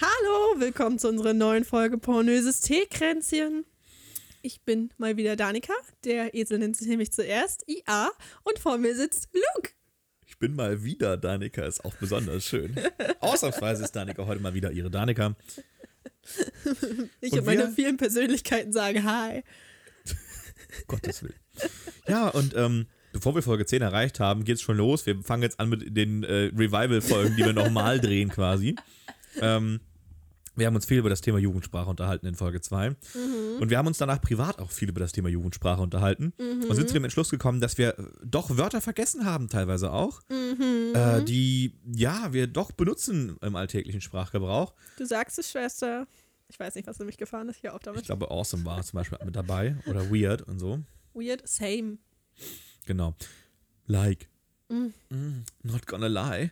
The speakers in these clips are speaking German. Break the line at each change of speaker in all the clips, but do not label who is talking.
Hallo, willkommen zu unserer neuen Folge Pornöses Teekränzchen. Ich bin mal wieder Danika, der Esel nennt sich nämlich zuerst IA und vor mir sitzt Luke.
Ich bin mal wieder Danika, ist auch besonders schön. Ausnahmsweise ist Danika heute mal wieder ihre Danika. um
Ich
Und
und meine
wir?
vielen Persönlichkeiten sagen Hi.
Gottes Willen. Ja, und ähm, bevor wir Folge 10 erreicht haben, geht's schon los. Wir fangen jetzt an mit den äh, Revival-Folgen, die wir nochmal drehen quasi. Ähm, wir haben uns viel über das Thema Jugendsprache unterhalten in Folge 2. Und wir haben uns danach privat auch viel über das Thema Jugendsprache unterhalten. Und sind zu dem Entschluss gekommen, dass wir äh, doch Wörter vergessen haben, teilweise auch, äh, die, ja, wir doch benutzen im alltäglichen Sprachgebrauch.
Du sagst es, Schwester. Ich weiß nicht, was nämlich gefahren ist. Hier auf
Ich
damit.
glaube, Awesome war zum Beispiel mit dabei oder Weird und so.
Weird, same.
Genau. Like. Mm, not gonna lie.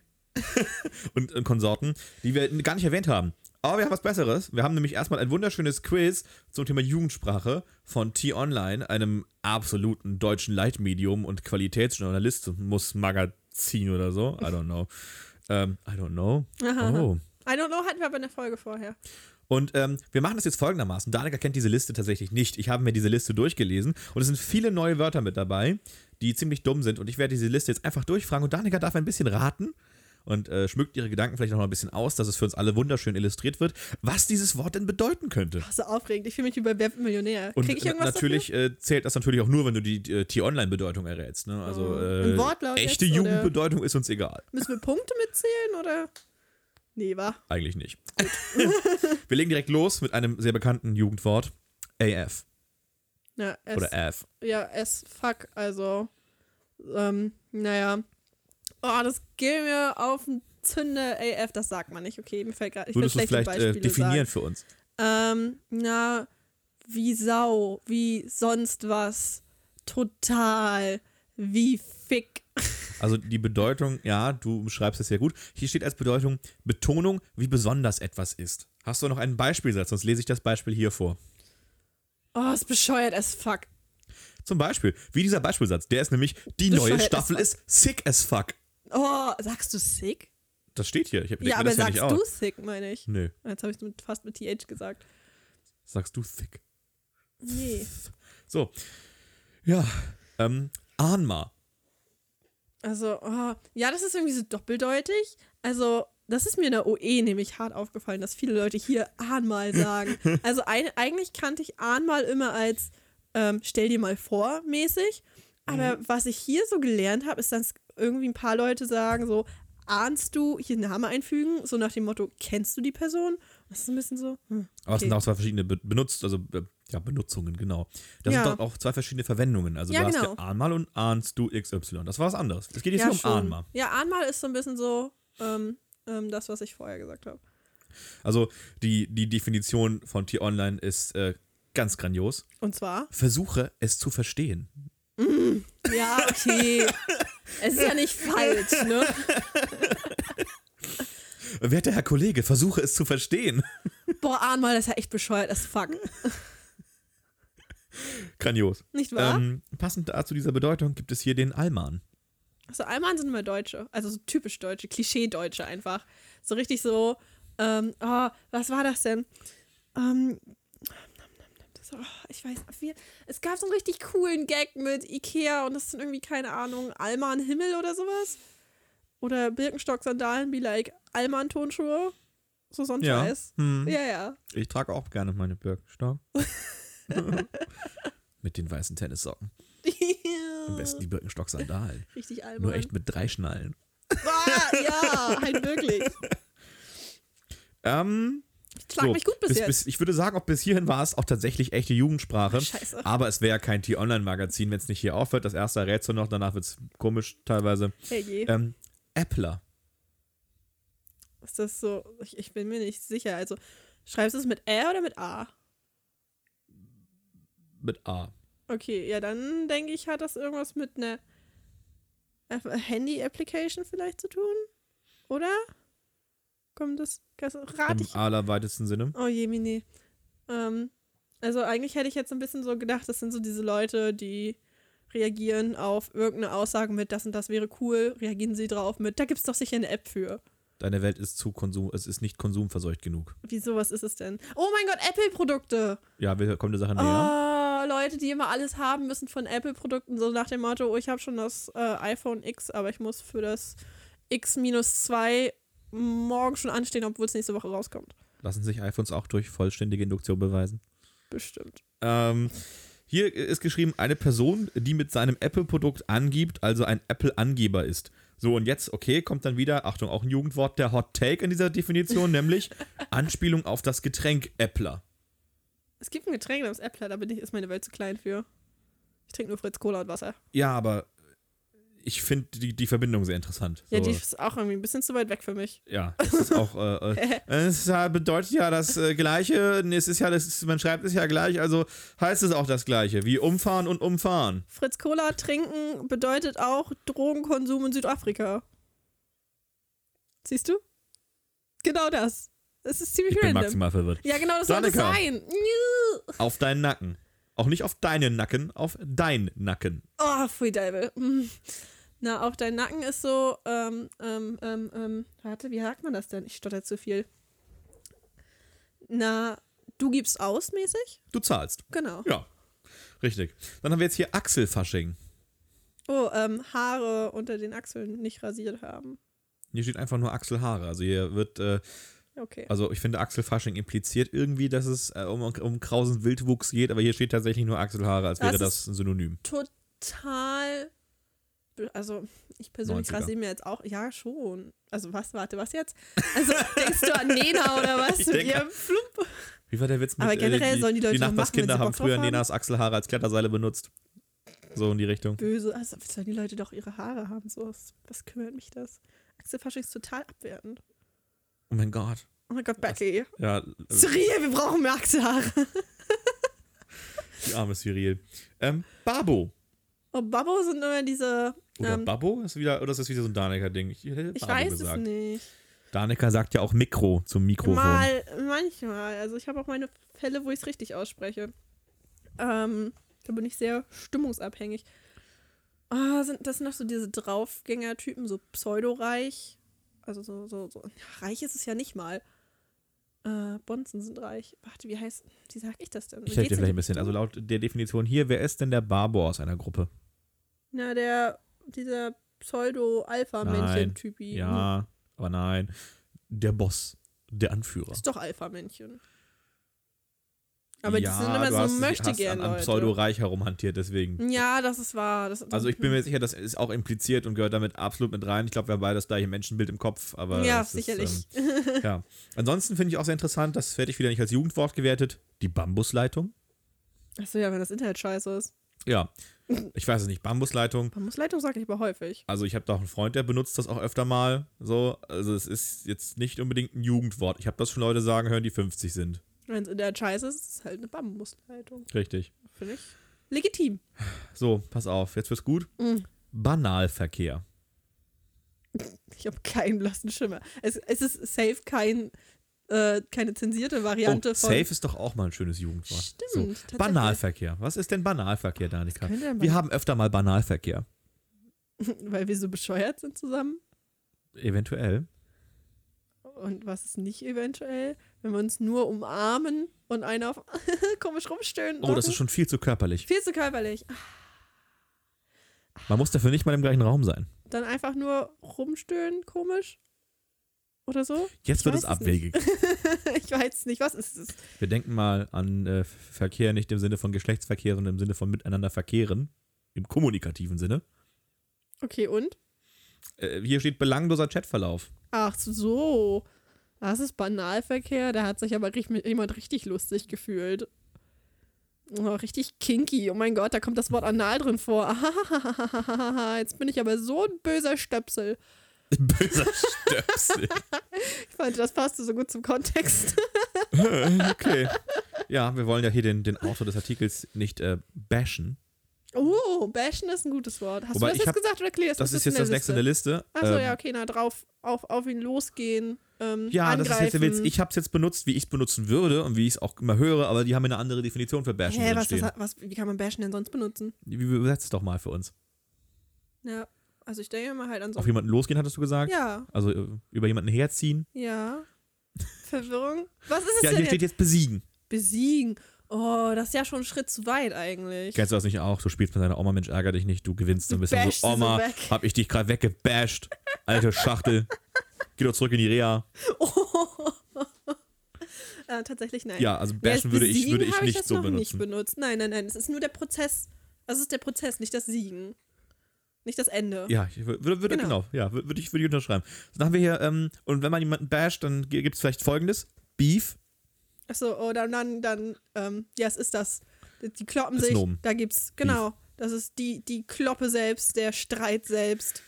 und, und Konsorten, die wir gar nicht erwähnt haben. Aber wir haben was Besseres. Wir haben nämlich erstmal ein wunderschönes Quiz zum Thema Jugendsprache von T-Online, einem absoluten deutschen Leitmedium und Qualitätsjournalist, muss Magazin oder so. I don't know. ähm, I don't know. Oh.
I don't know, hatten wir aber in der Folge vorher.
Und ähm, wir machen das jetzt folgendermaßen. Danica kennt diese Liste tatsächlich nicht. Ich habe mir diese Liste durchgelesen und es sind viele neue Wörter mit dabei, die ziemlich dumm sind. Und ich werde diese Liste jetzt einfach durchfragen und Danica darf ein bisschen raten und äh, schmückt ihre Gedanken vielleicht noch mal ein bisschen aus, dass es für uns alle wunderschön illustriert wird, was dieses Wort denn bedeuten könnte.
Ach, so aufregend. Ich fühle mich wie bei Wer wird Millionär.
Und
Krieg ich
na-
irgendwas
natürlich äh, zählt das natürlich auch nur, wenn du die äh, T-Online-Bedeutung errätst. Ne? Also äh,
Oh, Ein Wortlaut
echte
jetzt, oder?
Jugendbedeutung ist uns egal.
dafür? Müssen wir Punkte mitzählen oder? Nee, war.
Eigentlich nicht. wir legen direkt los mit einem sehr bekannten Jugendwort. AF
Ja, es,
oder F.
ja, es fuck, also. Ähm, naja. Oh, das geht mir auf den Zünder AF, das sagt man nicht. Okay, mir fällt gerade. Ich will
Würdest du es
schlechte
vielleicht äh,
Beispiele
definieren für uns?
sagen. Ähm, na, wie Sau, wie sonst was. Total. Wie Fick.
Also die Bedeutung, ja, du beschreibst es sehr gut. Hier steht als Bedeutung Betonung, wie besonders etwas ist. Hast du noch einen Beispielsatz? Sonst lese ich das Beispiel hier vor.
Oh, ist bescheuert as fuck.
Zum Beispiel, wie dieser Beispielsatz, der ist nämlich, die
Das
neue
scheuert
Staffel
as
ist sick as fuck.
Oh, sagst du sick?
Das steht hier. Ich hab, leg
Ja,
mir
aber
das ja
sagst
nicht
du
aus.
sick, meine ich.
Nö,
Jetzt habe ich es fast mit TH gesagt.
sagst du thick.
Nee.
So. Ja. Ähm, Anma.
Also, oh, ja, das ist irgendwie so doppeldeutig. Also, das ist mir in der OE nämlich hart aufgefallen, dass viele Leute hier Ahnmal sagen. Also, ein, eigentlich kannte ich Ahnmal immer als ähm, stell dir mal vor mäßig. Aber
Mhm.
was ich hier so gelernt habe, ist, dass irgendwie ein paar Leute sagen so, ahnst du, hier Name einfügen, so nach dem Motto, kennst du die Person? Das ist ein bisschen so, hm.
Aber es sind
Okay.
auch zwei verschiedene Be benutzt, also äh, ja, Benutzungen, genau. Das
Ja.
sind doch auch zwei verschiedene Verwendungen. Also
Ja,
du hast
genau.
ja Ahnmal und ahnst du XY. Das war was anderes. Es geht jetzt
ja,
hier um
schon.
Ahnmal.
Ja, Ahnmal ist so ein bisschen so ähm, ähm, das, was ich vorher gesagt habe.
Also die, die Definition von T-Online ist äh, ganz grandios.
Und zwar
Versuche es zu verstehen.
Ja, okay. es ist ja nicht falsch, ne?
Werter Herr Kollege, versuche es zu verstehen.
Boah, Ahnmal ist ja echt bescheuert as fuck.
Grandios.
Nicht wahr?
Ähm, passend dazu dieser Bedeutung gibt es hier den Alman.
Also Alman sind immer Deutsche. Also so typisch Deutsche, Klischee-Deutsche einfach. So richtig so, ähm, oh, was war das denn? Ähm, das, oh, ich weiß, wir, es gab so einen richtig coolen Gag mit Ikea und das sind irgendwie, keine Ahnung, Alman Himmel oder sowas. Oder Birkenstock-Sandalen, be like Alman-Tonschuhe. So so ein
Ja.
Scheiß.
Hm.
Ja, ja.
Ich trage auch gerne meine Birkenstock. mit den weißen Tennissocken. Am besten die Birkenstock-Sandalen.
Richtig Alman.
Nur echt mit drei Schnallen.
Ah, ja, halt wirklich.
Ähm,
Ich schlag
so,
mich gut bis,
bis,
jetzt.
Bis, ich würde sagen, ob bis hierhin war es auch tatsächlich echte Jugendsprache.
Scheiße.
Aber es wäre ja kein T-Online-Magazin, wenn es nicht hier aufhört. Das erste Rätsel noch, danach wird es komisch teilweise.
Herrje.
Ähm, Appler.
Ist das so? Ich, ich bin mir nicht sicher. Also, schreibst du es mit Ä oder mit A?
Mit A.
Okay, ja, dann denke ich, hat das irgendwas mit einer App- äh, Handy-Application vielleicht zu tun? Oder? Kommt das? das rate
Im
ich.
allerweitesten Sinne.
Oh je, Mini. Ähm, also, eigentlich hätte ich jetzt ein bisschen so gedacht, das sind so diese Leute, die reagieren auf irgendeine Aussage mit das und das wäre cool, reagieren sie drauf mit, da gibt es doch sicher eine App für.
Deine Welt ist zu Konsum, es ist nicht konsumverseucht genug.
Wieso, was ist es denn? Oh mein Gott, Apple-Produkte.
Ja, wir kommen der Sache näher.
Oh, Leute, die immer alles haben müssen von Apple-Produkten, so nach dem Motto, oh, ich habe schon das äh, iPhone X, aber ich muss für das X-2 morgen schon anstehen, obwohl es nächste Woche rauskommt.
Lassen sich iPhones auch durch vollständige Induktion beweisen.
Bestimmt.
Ähm, hier ist geschrieben, eine Person, die mit seinem Apple-Produkt angibt, also ein Apple-Angeber ist. So, und jetzt, okay, kommt dann wieder, Achtung, auch ein Jugendwort, der Hot Take in dieser Definition, nämlich Anspielung auf das Getränk Äppler.
Es gibt ein Getränk namens Äppler, da bin ich, ist meine Welt zu klein für. Ich trinke nur Fritz Cola und Wasser.
Ja, aber ich finde die, die Verbindung sehr interessant.
Ja,
so,
die ist auch irgendwie ein bisschen zu weit weg für mich.
ja das ist auch. Äh, äh, es ist ja- bedeutet ja das äh, Gleiche, nee, es ist ja, das ist, man schreibt es ja gleich, also heißt es auch das Gleiche, wie umfahren und umfahren.
Fritz Cola trinken bedeutet auch Drogenkonsum in Südafrika. Siehst du? Genau das. Es ist ziemlich
Ich bin
random.
maximal verwirrt.
Ja, genau, das sollte
Danica.
sein. Nju.
Auf deinen Nacken. Auch nicht auf deinen Nacken, auf dein Nacken.
Oh, Free Devil. Mm. Na, auch dein Nacken ist so, ähm, ähm, ähm, ähm, warte, wie sagt man das denn? Ich stotter zu viel. Na, du gibst aus mäßig?
Du zahlst.
Genau.
Ja. Richtig. Dann haben wir jetzt hier Achselfasching.
Oh, ähm, Haare unter den Achseln nicht rasiert haben.
Hier steht einfach nur Achselhaare. Also hier wird, äh,
Okay.
also ich finde Achselfasching impliziert irgendwie, dass es äh, um, um krausen Wildwuchs geht, aber hier steht tatsächlich nur Achselhaare, als
Das
wäre
ist-
das ein Synonym.
Total. Also, ich persönlich
90er.
rasiere mir jetzt auch. Ja, schon. Also, was, warte, was jetzt? Also, denkst du an Nena oder was?
Ich
Mit
denke-
ihrem Flump?
Wie war der Witz mit äh,
Aber generell
die,
sollen die Leute
die
doch machen,
Nachbarskinder
wenn sie
haben
Bock drauf
früher
haben.
Nenas Achselhaare als Kletterseile benutzt. So in die Richtung.
böse. Also sollen die Leute doch ihre Haare haben, so was, was kümmert mich das? Achselfasching ist total abwertend.
Oh mein Gott.
Oh mein Gott, Becky.
Ja, äh,
Cyril, wir brauchen mehr Achselhaare.
die arme Cyril. Ähm, Babo.
Und Oh, Babbo sind immer diese.
Oder
Ähm,
Babbo? Ist wieder, oder ist das wieder so ein Daneker-Ding? Ich hätte
ich
Babo
weiß
gesagt.
es nicht.
Daneker sagt ja auch Mikro zum Mikrofon.
Mal, manchmal. Also ich habe auch meine Fälle, wo ich es richtig ausspreche. Ähm, da bin ich sehr stimmungsabhängig. Ah, sind, das sind doch so diese Draufgänger-Typen, so pseudoreich. Also so, so, so. Ja, reich ist es ja nicht mal. Äh, Bonzen sind reich. Warte, wie heißt. Wie sag ich das denn?
Ich
Wie
helfe dir
geht's
vielleicht
denn?
ein bisschen. Also laut der Definition hier, wer ist denn der Barbo aus einer Gruppe?
Na, der. Dieser Pseudo-Alpha-Männchen-Typi.
Ja, aber nein. Der Boss, der Anführer.
Ist doch Alpha-Männchen. Aber die sind
du
immer
hast-
so Hm.
hast
möchte
an,
gerne.
an Pseudo-Reich herumhantiert, deswegen.
Ja, das ist wahr. Das,
Also ich bin mir sicher, das ist auch impliziert und gehört damit absolut mit rein. Ich glaube, wir haben beide das gleiche Menschenbild im Kopf. Aber
Ja,
das ist,
sicherlich.
ähm, ja. Ansonsten finde ich auch sehr interessant, das werde ich wieder nicht als Jugendwort gewertet, die Bambusleitung.
Achso, ja, wenn das Internet scheiße ist.
Ja, ich weiß es nicht, Bambusleitung.
Bambusleitung sage ich aber häufig.
Also ich habe da auch einen Freund, der benutzt das auch öfter mal. So, also es ist jetzt nicht unbedingt ein Jugendwort. Ich habe das schon Leute sagen hören, die 50 sind.
Wenn das Internet scheiße ist, ist es halt eine Bambusleitung.
Richtig.
Finde ich legitim.
So, pass auf, jetzt wird's gut.
Mhm.
Banalverkehr.
Ich habe keinen blassen Schimmer. Es, es ist safe kein, äh, keine zensierte Variante
oh,
von.
safe ist doch auch mal ein schönes Jugendwort.
Stimmt,
So.
tatsächlich.
Banalverkehr. Was ist denn Banalverkehr, Danika?
könnte denn
Wir
Ban-
haben öfter mal Banalverkehr.
Weil wir so bescheuert sind zusammen.
Eventuell.
Und was ist nicht eventuell? Wenn wir uns nur umarmen und einer auf komisch rumstöhnen.
Oh, das ist schon viel zu körperlich.
Viel zu körperlich.
Man muss dafür nicht mal im gleichen Raum sein.
Dann einfach nur rumstöhnen, komisch. Oder so?
Jetzt
Ich
wird
weiß
es
es
abwegig.
Ich weiß nicht, was ist es?
Wir denken mal an äh, Verkehr nicht im Sinne von Geschlechtsverkehr, sondern im Sinne von miteinander verkehren. Im kommunikativen Sinne.
Okay, und?
Äh, hier steht belangloser Chatverlauf.
Ach so. Das ist Banalverkehr. Da hat sich aber rich, jemand richtig lustig gefühlt. Oh, richtig kinky. Oh mein Gott, da kommt das Wort anal drin vor. Jetzt bin ich aber so ein böser Stöpsel.
Böser Stöpsel.
Ich fand, das passte so gut zum Kontext.
Okay. Ja, wir wollen ja hier den, den Autor des Artikels nicht äh, bashen.
Oh, bashen ist ein gutes Wort. Hast
Wobei,
du
ich
das
hab-
jetzt gesagt oder klärst du
Das ist jetzt das nächste in der Liste.
Achso,
Ähm,
ja, okay, na drauf, auf, auf ihn losgehen. Ähm,
Ja,
angreifen.
das ist jetzt der Witz. Ich habe es jetzt benutzt, wie ich es benutzen würde und wie ich es auch immer höre, aber die haben eine andere Definition für Bashen
Hä, was,
drinstehen.
was, was, wie kann man bashen denn sonst benutzen?
Wie- Übersetzt es doch mal für uns.
Ja, Also ich denke mal halt an so.
Auf jemanden losgehen, hattest du gesagt?
Ja,
Also äh, über jemanden herziehen.
ja. Verwirrung. Was ist es
Ja,
denn
hier
jetzt?
steht jetzt besiegen.
Besiegen. Oh, das ist ja schon ein Schritt zu weit eigentlich.
Kennst du das nicht auch? Du spielst mit deiner Oma, Mensch, ärger dich nicht. Du gewinnst so ein
Du
bisschen
bashst sie
so.
so
Oma,
weg.
hab ich dich gerade weggebasht. Alte Schachtel. Geh doch zurück in die Reha.
Oh. äh, tatsächlich nein.
Ja, also
Ja, das
bashen würde ich,
Besiegen
würde ich
habe
nicht
das
so
noch Nicht
benutzen.
benutzt. Nein, nein, nein. Es ist nur der Prozess. Also es ist der Prozess, nicht das Siegen. Nicht das Ende.
ja, ich wür- würde, würde,
Genau.
genau. ja, wür- würde ich, würde ich unterschreiben. Dann haben wir hier, ähm, und wenn man jemanden basht, dann gibt es vielleicht folgendes: Beef,
Achso, oh, dann, dann, dann ähm, ja, es ist das. Die kloppen
Das
sich.
Nomen.
Da gibt's,
Hm.
genau. Das ist die, die Kloppe selbst, der Streit selbst.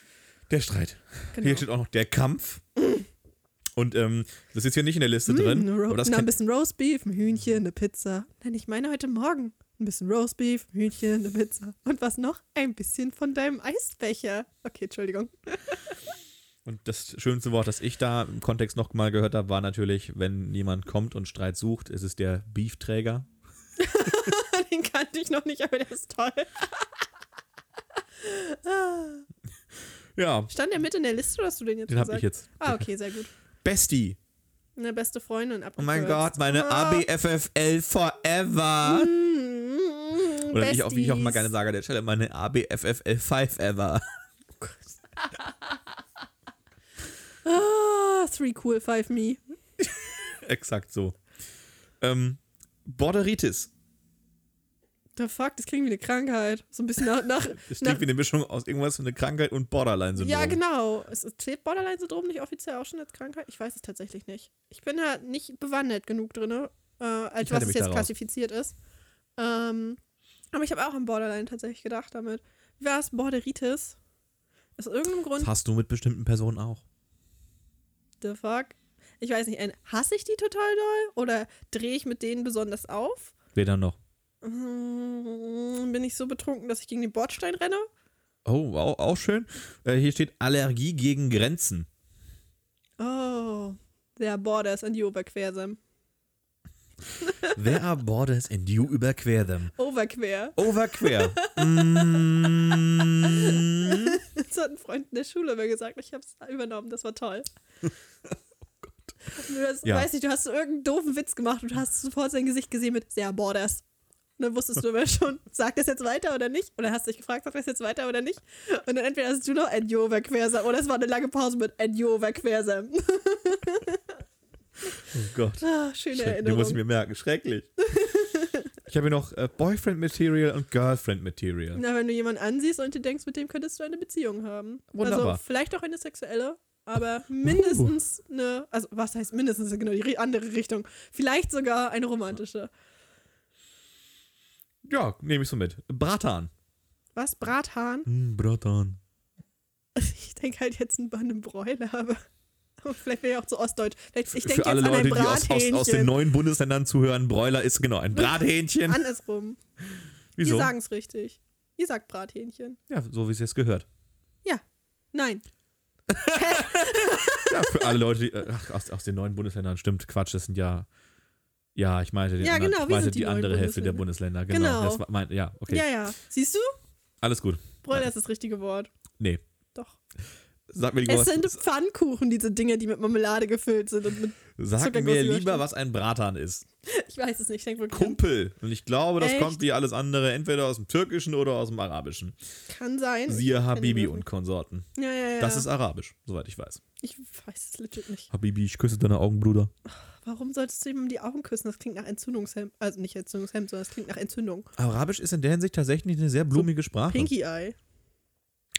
der Streit.
Genau.
Hier steht auch noch der Kampf. Und ähm, das ist hier nicht in der Liste
Mm,
drin.
eine Ro-
Aber das
na, ein
kennt,
bisschen Roastbeef, ein Hühnchen, eine Pizza. Nein, ich meine heute Morgen. Ein bisschen Roastbeef, ein Hühnchen, eine Pizza. Und was noch? Ein bisschen von deinem Eisbecher. Okay, Entschuldigung.
und das schönste Wort, das ich da im Kontext nochmal gehört habe, war natürlich, wenn jemand kommt und Streit sucht, ist es der Beefträger.
Den kannte ich noch nicht, aber der ist toll.
Ja,
Stand der mit in der Liste oder hast du den jetzt
den habe
gesagt?
ich jetzt.
Ah, okay, sehr gut.
Bestie.
Eine beste Freundin ab.
Oh mein Gott, meine
Ah.
ABFFL forever.
Mm,
Oder wie ich, auch, wie ich auch mal gerne sage, an der Stelle meine ABFFL 5 ever.
Ah, three cool, five me.
Exakt so. Ähm, Borderitis.
The fuck, das klingt wie eine Krankheit. So ein bisschen nach. nach,
Das klingt
nach
wie eine Mischung aus irgendwas von einer Krankheit und Borderline-Syndrom.
ja, genau. Es ist- zählt Borderline-Syndrom nicht offiziell auch schon als Krankheit? Ich weiß es tatsächlich nicht. Ich bin da nicht bewandert genug drin, äh, als
Ich halte
was es
mich
jetzt
daraus.
klassifiziert ist. Ähm, aber ich habe auch an Borderline tatsächlich gedacht damit. Wie war es? Borderitis? Aus irgendeinem Grund.
Das hast du mit bestimmten Personen auch.
the fuck? Ich weiß nicht, ein- hasse ich die total doll oder drehe ich mit denen besonders auf?
Wer dann noch?
Mm, Bin ich so betrunken, dass ich gegen den Bordstein renne?
Oh, wow, auch schön. Äh, hier steht Allergie gegen Grenzen.
Oh, der Borders and you überquer them.
There are borders and you überquer them.
Overquer.
Overquer. mm.
Das hat ein Freund in der Schule immer gesagt. Ich hab's übernommen, das war toll. Du hast,
Ja.
weiß nicht, du hast so irgendeinen doofen Witz gemacht und hast sofort sein Gesicht gesehen mit sehr Borders. Und dann wusstest du immer schon, sagt das jetzt weiter oder nicht? Oder hast dich gefragt, sagt das jetzt weiter oder nicht? Und dann entweder hast du noch and you overquersam oder es war eine lange Pause mit and you overquersam.
Oh Gott.
Ah, schöne
Schreck- Den muss
Erinnerung.
ich mir merken. Schrecklich. ich habe hier noch äh, Boyfriend-Material und Girlfriend-Material.
Na, wenn du jemanden ansiehst und dir denkst, mit dem könntest du eine Beziehung haben.
Wunderbar.
Also vielleicht auch eine sexuelle, aber mindestens eine, also was heißt mindestens, genau die ri- andere Richtung. Vielleicht sogar eine romantische.
Ja, nehme ich so mit. Bratan.
Was? Brathahn?
Mm, Bratan.
Ich denke halt jetzt an einen Bräuler, aber, aber vielleicht wäre ja auch zu Ostdeutsch. Vielleicht, ich denke jetzt
Für alle
an ein
Leute, die aus, aus, aus den
Brathähnchen.
neuen Bundesländern zuhören, Broiler ist genau ein Brathähnchen.
Andersrum.
Wieso?
Ihr sagen es richtig. Ihr sagt Brathähnchen.
Ja, so wie es jetzt gehört.
Nein.
Ja, für alle Leute, die, äh, ach, aus, aus den neuen Bundesländern, stimmt, Quatsch, das sind ja. Ja, ich meinte, den
Ja,
anderen,
genau,
ich
wir
meinte
sind
die,
die neuen
andere Hälfte der Bundesländer. Genau.
Genau.
Das war mein, ja, okay.
Ja, ja. Siehst du?
Alles gut.
Bräuler ist das richtige Wort.
Nee.
Doch.
Sag mir, lieber
Es
was,
sind Pfannkuchen, diese Dinge, die mit Marmelade gefüllt sind und mit
sag
Zuckerguss
mir lieber,
überstimmt.
was ein Bratan ist.
Ich weiß es nicht, ich denke wirklich. an-
Kumpel. Und ich glaube, das
Echt?
kommt wie alles andere entweder aus dem Türkischen oder aus dem Arabischen.
Kann sein.
Siehe
Ich Äh, kann
Habibi
nicht
und
wissen.
Konsorten.
Ja, ja, ja.
Das ist Arabisch, soweit ich weiß.
ich weiß es legit nicht.
Habibi, ich küsse deine Augen, Bruder.
Warum solltest du jemandem die Augen küssen? Das klingt nach Entzündungshemd. Also nicht Entzündungshemd, sondern das klingt nach Entzündung.
Arabisch ist in der Hinsicht tatsächlich eine sehr blumige Sprache.
Pinky Eye.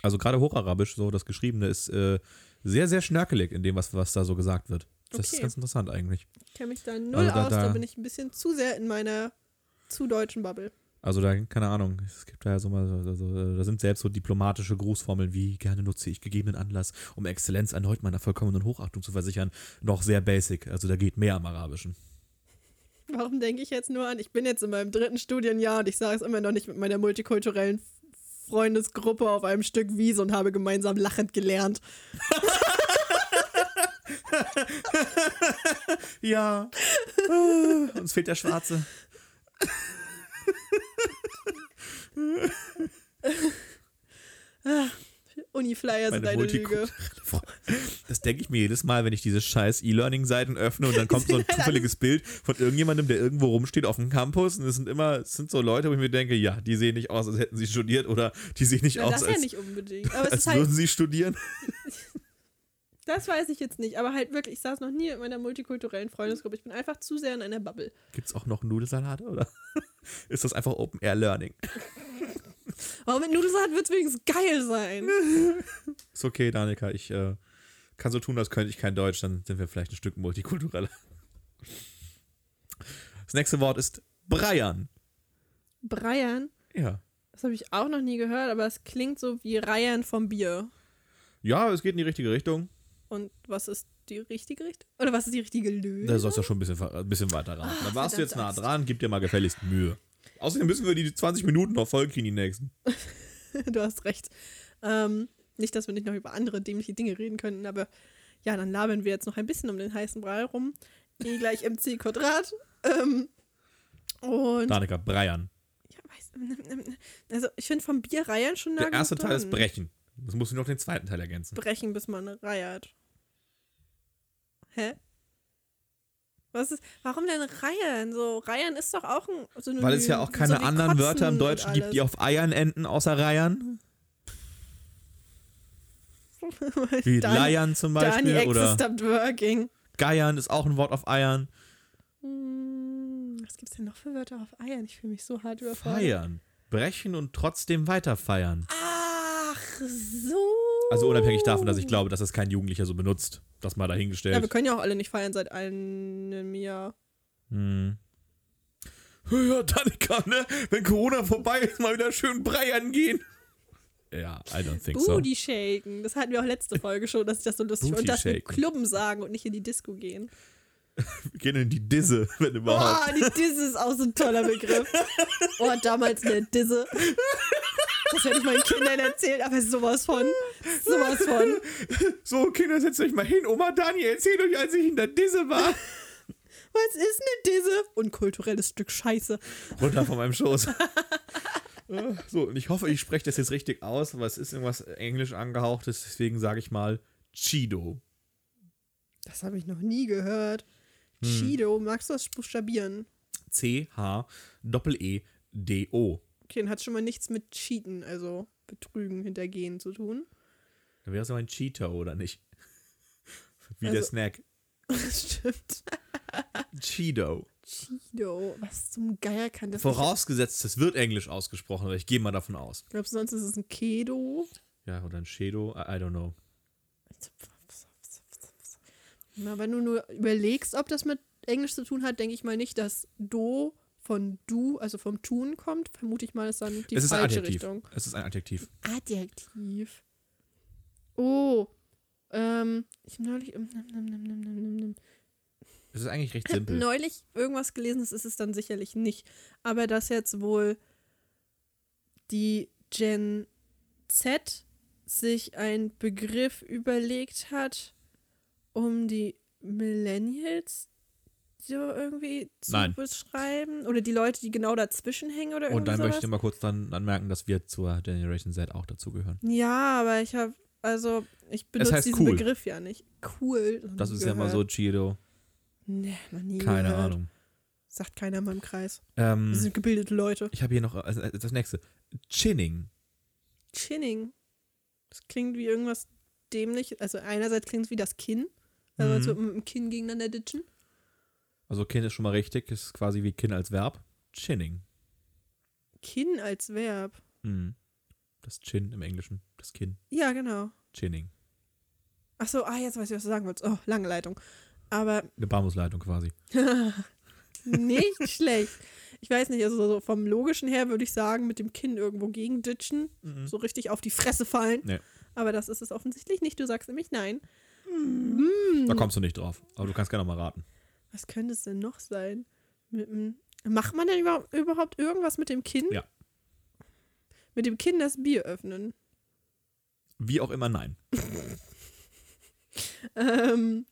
Also gerade Hocharabisch, so das Geschriebene, ist äh, sehr, sehr schnörkelig in dem, was, was da so gesagt wird. Das ist
Okay.
ganz interessant eigentlich.
Ich kenne mich da null
Also da-
aus, da,
da-
bin ich ein bisschen zu sehr in meiner zu deutschen Bubble.
Also da, keine Ahnung, es gibt da ja so mal, so- so- so- da sind selbst so diplomatische Grußformeln wie gerne nutze ich gegebenen Anlass, um Exzellenz erneut meiner vollkommenen Hochachtung zu versichern, noch sehr basic. Also da geht mehr am Arabischen.
Warum denke ich jetzt nur an, ich bin jetzt in meinem dritten Studienjahr und ich sage es immer noch nicht mit meiner multikulturellen Freundesgruppe auf einem Stück Wiese und habe gemeinsam lachend gelernt.
Ja. Ah, Uns fehlt der Schwarze.
Uniflyer sind
Meine
eine
Multiku-
Also Lüge.
Das denke ich mir jedes Mal, wenn ich diese scheiß E-Learning-Seiten öffne und dann kommt so ein
sind halt
zufälliges Bild von irgendjemandem, der irgendwo rumsteht auf dem Campus und es sind immer, es sind so Leute, wo ich mir denke, ja, die sehen nicht aus, als hätten sie studiert oder die sehen nicht
Na,
aus,
das
als,
ja nicht unbedingt. Aber es
als
ist halt,
würden sie studieren.
das weiß ich jetzt nicht. Aber halt wirklich, ich saß noch nie in meiner multikulturellen Freundesgruppe. Ich bin einfach zu sehr in einer Bubble.
Gibt es auch noch Nudelsalate oder ist das einfach Open-Air-Learning?
Aber mit Nudelsalat wird es wenigstens geil sein.
Ist okay, Danika, ich äh, kann so tun, als könnte ich kein Deutsch, dann sind wir vielleicht ein Stück multikultureller. Das nächste Wort ist Breiern.
Breiern,
Ja.
das habe ich auch noch nie gehört, aber es klingt so wie Reiern vom Bier.
Ja, es geht in die richtige Richtung.
Und was ist die richtige Richtung? Oder was ist die richtige Lösung?
Da sollst du schon ein bisschen, ver- ein bisschen weiter ran. da warst du jetzt nah
Ah, verdammt,
dran, gib dir mal gefälligst Mühe. Außerdem müssen wir die 20 Minuten noch voll kriegen, die nächsten.
Du hast recht. Ähm, nicht, dass wir nicht noch über andere dämliche Dinge reden könnten, aber ja, dann labern wir jetzt noch ein bisschen um den heißen Brei rum. E gleich mc Quadrat. Ähm, und
Danika, Breiern.
ja, weiß, also ich finde vom Bier reiern schon
Der
nagend
erste Teil ist
dran.
Brechen. Das musst du noch den zweiten Teil ergänzen.
Brechen, bis man reiert. Hä? Was ist, warum denn reiern? So, reiern ist doch auch ein Synonym.
Weil es ja auch keine
so wie
anderen
Kotzen
Wörter im
und
Deutschen gibt, die
alles.
auf Eiern enden, außer Reiern. Wie
Dan-
Leiern zum
Dani
Beispiel
Exe
oder
stopped working.
Geiern ist auch ein Wort auf Eiern.
Hm, Was gibt's denn noch für Wörter auf Eiern? Ich fühle mich so hart überfordert.
Feiern. Brechen und trotzdem weiter feiern.
Ach so.
Also unabhängig davon, dass ich glaube, dass das kein Jugendlicher so benutzt. Das mal dahingestellt.
Ja, wir können ja auch alle nicht feiern seit einem Jahr.
Hm. Ja, Danika, ne? Wenn Corona vorbei ist, mal wieder schön Brei angehen. Ja, I don't think so.
Booty shaken. Das hatten wir auch letzte Folge schon, dass ich das so lustig war. Und
Booty
dass wir
shaken.
Klubben sagen und nicht in die Disco gehen.
Wir gehen in die Disse, wenn überhaupt.
Boah, die Disse ist auch so ein toller Begriff. Oh, damals eine Disse. Das hätte ich meinen Kindern erzählt, aber sowas von. Sowas von.
So, Kinder, setzt euch mal hin. Oma Dani, erzählt euch, als ich in der Disse war.
Was ist eine Disse? Und kulturelles Stück Scheiße.
Runter von meinem Schoß. Äh, so, und ich hoffe, ich spreche das jetzt richtig aus, aber es ist irgendwas englisch angehauchtes, deswegen sage ich mal Chido.
Das habe ich noch nie gehört. Chido, magst du das buchstabieren?
E C-H-E-E-D-O.
Okay, dann hat schon mal nichts mit Cheaten, also Betrügen, Hintergehen zu tun.
Dann wäre es aber ein Cheeto, oder nicht? Wie der
Also-
Snack.
Stimmt.
Cheeto.
Chido, was zum Geier kann das? nicht-
Vorausgesetzt, es wird Englisch ausgesprochen, aber ich gehe mal davon aus.
Glaubst du, sonst ist es ein Kedo?
Ja, oder ein Cheeto, I, I don't know.
Na, wenn du nur überlegst, ob das mit Englisch zu tun hat, denke ich mal nicht, dass Do von Du, also vom Tun kommt. Vermute ich mal, ist dann die
es ist ein
falsche
Adjektiv.
Richtung.
Es ist ein Adjektiv.
Adjektiv. Oh. Ähm, ich habe neulich, ähm, nimm, nimm, nimm, nimm, nimm, nimm, nimm.
Es ist eigentlich recht simpel.
neulich irgendwas gelesen, das ist es dann sicherlich nicht. Aber dass jetzt wohl die Gen Z sich einen Begriff überlegt hat, um die Millennials so irgendwie zu
Nein.
beschreiben. Oder die Leute, die genau dazwischen hängen oder
Und
irgendwie
dann
sowas.
möchte ich mal kurz dann anmerken, dass wir zur Generation Z auch dazugehören.
Ja, aber ich habe, also ich benutze
heißt
diesen
cool.
Begriff ja nicht. Cool. noch
Das
nie
ist ja mal so
gehört.
Cheeto.
Nee, man nie
Keine
gehört.
Ahnung.
Sagt keiner in meinem Kreis. Das
Ähm,
sind gebildete Leute.
ich habe hier noch äh, äh, das nächste. Chinning.
Chinning. Das klingt wie irgendwas dämlich. Also einerseits klingt es wie das Kinn. Also als
Mhm.
würde man mit dem Kinn gegeneinander ditchen.
Also Kin ist schon mal richtig, ist quasi wie Kin als Verb. Chinning.
Kinn als Verb.
Mhm. Das Chin im Englischen. Das Kinn.
Ja, genau.
Chinning.
Achso, ah, jetzt weiß ich, was du sagen wolltest. Oh, lange Leitung. Aber
Eine Bamusleitung quasi.
nicht schlecht. Ich weiß nicht, also so vom Logischen her würde ich sagen, mit dem Kinn irgendwo gegen ditchen,
Mhm.
so richtig auf die Fresse fallen.
Nee.
Aber das ist es offensichtlich nicht. Du sagst nämlich nein.
Da kommst du nicht drauf. Aber du kannst gerne noch mal raten.
Was könnte es denn noch sein? Mit dem, macht man denn über, überhaupt irgendwas mit dem Kinn?
Ja.
Mit dem Kinn das Bier öffnen.
Wie auch immer, nein.
Ähm,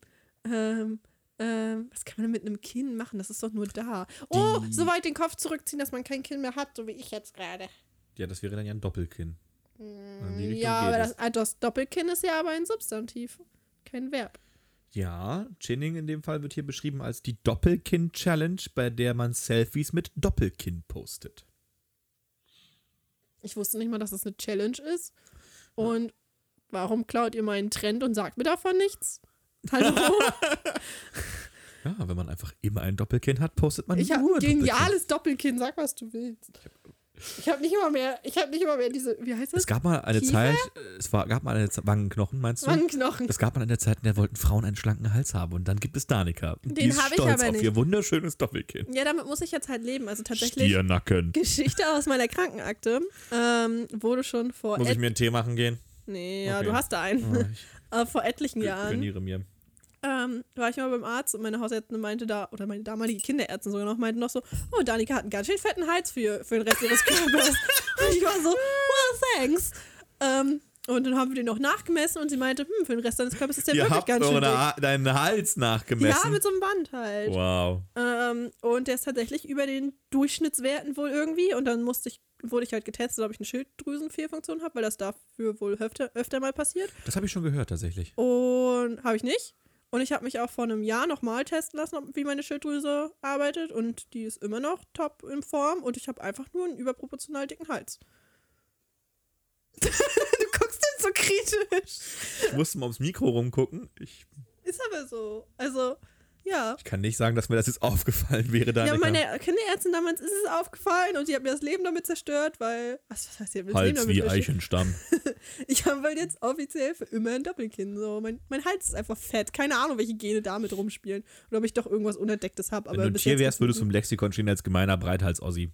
ähm, ähm, was kann man denn mit einem Kinn machen? Das ist doch nur da. Oh,
Die-
so weit den Kopf zurückziehen, dass man kein Kinn mehr hat, so wie ich jetzt gerade.
Ja, das wäre dann ja ein Doppelkinn. In die Richtung
Ja,
geht
aber
es.
das, ah, das Doppelkinn ist ja aber ein Substantiv, kein Verb.
Ja, Chinning in dem Fall wird hier beschrieben als die Doppelkinn-Challenge, bei der man Selfies mit Doppelkinn postet.
Ich wusste nicht mal, dass das eine Challenge ist. Und warum klaut ihr meinen Trend und sagt mir davon nichts? Hallo?
Ja, wenn man einfach immer ein Doppelkinn hat, postet man
Ich habe
nur
ein
Doppelkinn.
geniales Doppelkinn, sag was du willst. Ich habe nicht immer mehr, ich habe nicht immer mehr diese, wie heißt das?
Es gab mal eine
Kiefer?
Zeit, äh, es war, gab mal eine Zeit, Wangenknochen, meinst du?
Wangenknochen.
Es gab mal eine Zeit, in der wollten Frauen einen schlanken Hals haben und dann gibt es Danika. Und die
Den
ist
hab ich
stolz
aber
auf
nicht.
ihr wunderschönes Doppelkinn.
Ja, damit muss ich jetzt halt leben. Also tatsächlich,
Stiernacken.
Geschichte aus meiner Krankenakte ähm, wurde schon vor.
Muss ich
et-
mir einen Tee machen gehen?
nee, ja,
Okay.
du hast da einen.
Oh, ich
Äh, vor etlichen Jahren.
trainiere mir.
ähm, war ich mal beim Arzt und meine Hausärztin meinte da, oder meine damalige Kinderärztin sogar noch, meinte noch so, oh, Danika hat einen ganz schön fetten Hals für, für den Rest ihres Körpers. und ich war so, well, thanks. Ähm, und dann haben wir den noch nachgemessen und sie meinte, hm, für den Rest deines Körpers ist der
Ihr
wirklich
habt
ganz schön
euren
dick.
Ha- deinen Hals nachgemessen.
Ja, mit so einem Band halt.
wow.
Ähm, und der ist tatsächlich über den Durchschnittswerten wohl irgendwie. Und dann musste ich, wurde ich halt getestet, ob ich eine Schilddrüsenfehlfunktion habe, weil das dafür wohl öfter, öfter mal passiert.
Das habe ich schon gehört tatsächlich.
Und habe ich nicht. Und ich habe mich auch vor einem Jahr nochmal testen lassen, ob- wie meine Schilddrüse arbeitet. Und die ist immer noch top in Form. Und ich habe einfach nur einen überproportional dicken Hals. du guckst denn so kritisch.
Ich musste mal ums Mikro rumgucken. Ich,
Ist aber so. Also, ja.
ich kann nicht sagen, dass mir das jetzt aufgefallen wäre, Danika.
Ja, meine Kinderärztin damals ist es aufgefallen und die hat mir das Leben damit zerstört, weil. Was, was heißt, sie hat mir das Leben
Hals
damit
wie
zerstört?
Eichenstamm.
Ich habe halt jetzt offiziell für immer ein Doppelkinn. So. Mein, mein Hals ist einfach fett. Keine Ahnung, welche Gene damit rumspielen. Oder ob ich doch irgendwas Unentdecktes habe.
Wenn du ein Tier wärst, würdest du im Lexikon stehen als gemeiner Breithals-Ossi.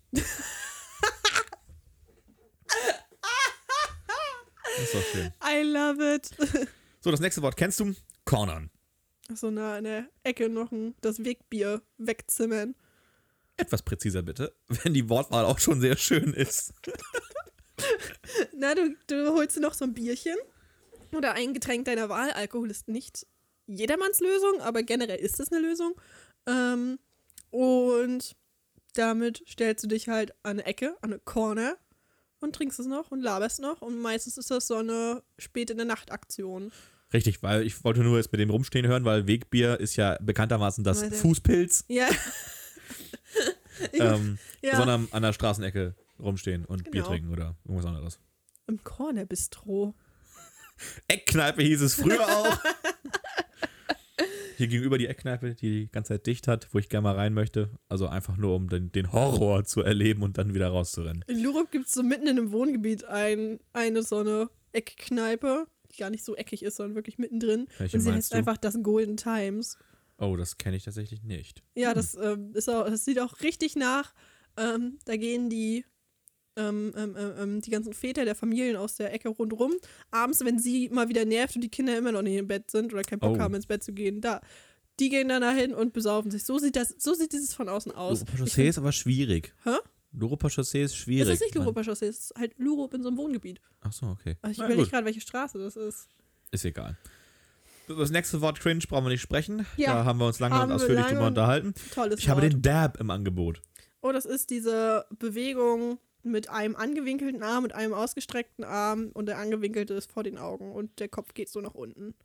Das ist doch schön.
I love it.
So, das nächste Wort kennst du? Cornern.
So nah in der Ecke noch ein, das Wegbier wegzimmern.
Etwas präziser bitte, wenn die Wortwahl auch schon sehr schön ist.
Na, du, du holst dir noch so ein Bierchen oder ein Getränk deiner Wahl. Alkohol ist nicht jedermanns Lösung, aber generell ist es eine Lösung. Ähm, und damit stellst du dich halt an eine Ecke, an eine Corner und trinkst es noch und laberst noch. Und meistens ist das so eine spät in der Nacht Aktion.
Richtig, weil ich wollte nur jetzt mit dem rumstehen hören, weil Wegbier ist ja bekanntermaßen das
Warte.
Fußpilz,
Ja.
ähm,
Ja.
sondern an der Straßenecke rumstehen und Bier
Genau.
trinken oder irgendwas anderes.
Im Corner-Bistro.
Eckkneipe hieß es früher auch. Hier gegenüber die Eckkneipe, die die ganze Zeit dicht hat, wo ich gerne mal rein möchte. Also einfach nur, um den, den Horror zu erleben und dann wieder rauszurennen.
In Lurup gibt es so mitten in einem Wohngebiet ein, eine so eine Eckkneipe, die gar nicht so eckig ist, sondern wirklich mittendrin.
Welche
und sie
meinst
heißt
du?
einfach das Golden Times.
Oh, das kenne ich tatsächlich nicht.
Ja, das,
Hm.
ähm, ist auch, das sieht auch richtig nach. Ähm, da gehen die, ähm, ähm, ähm, ähm, die ganzen Väter der Familien aus der Ecke rundrum. Abends, wenn sie mal wieder nervt und die Kinder immer noch nicht im Bett sind oder keinen Bock
Oh.
haben, ins Bett zu gehen, da. Die gehen dann dahin und besaufen sich. So sieht das, so sieht dieses von außen aus.
Lurupa Chaussee ist aber schwierig.
Hä?
Lurupa Chaussee ist
Es
schwierig.
ist nicht
Man-
Lurup Chaussee, es ist halt Lurup in so einem Wohngebiet.
Ach so, okay.
Also ich
Na
überlege
gut,
gerade, welche Straße das ist.
Ist egal. So, Das nächste Wort Cringe brauchen wir nicht sprechen.
Ja.
Da haben wir uns lange
Haben
und
wir
ausführlich
lange
drüber
und-
unterhalten.
Tolles
Ich habe
Wort.
den Dab im Angebot.
Oh, das ist diese Bewegung mit einem angewinkelten Arm und einem ausgestreckten Arm und der angewinkelte ist vor den Augen und der Kopf geht so nach unten.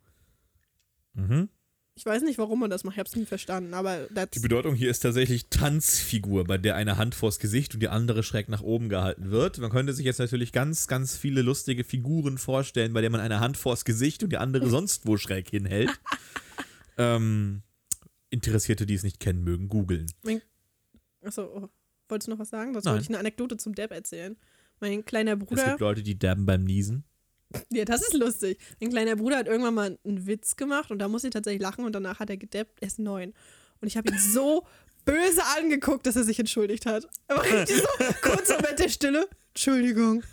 Mhm.
Ich weiß nicht, warum man das macht, ich hab's nie verstanden, aber
Die
that's,
Bedeutung hier ist tatsächlich Tanzfigur, bei der eine Hand vors Gesicht und die andere schräg nach oben gehalten wird. Man könnte sich jetzt natürlich ganz, ganz viele lustige Figuren vorstellen, bei der man eine Hand vors Gesicht und die andere sonst wo schräg hinhält. ähm, Interessierte, die es nicht kennen mögen, googeln.
achso, oh, wolltest du noch was sagen? Sonst
Nein.
wollte ich eine Anekdote zum Depp erzählen. Mein kleiner
Es
Bruder,
gibt Leute, die dabben beim Niesen.
ja, das ist lustig. Mein kleiner Bruder hat irgendwann mal einen Witz gemacht und da musste ich tatsächlich lachen und danach hat er gedeppt, er ist neun. Und ich habe ihn so böse angeguckt, dass er sich entschuldigt hat. Aber richtig so, kurz Moment der Stille, Entschuldigung.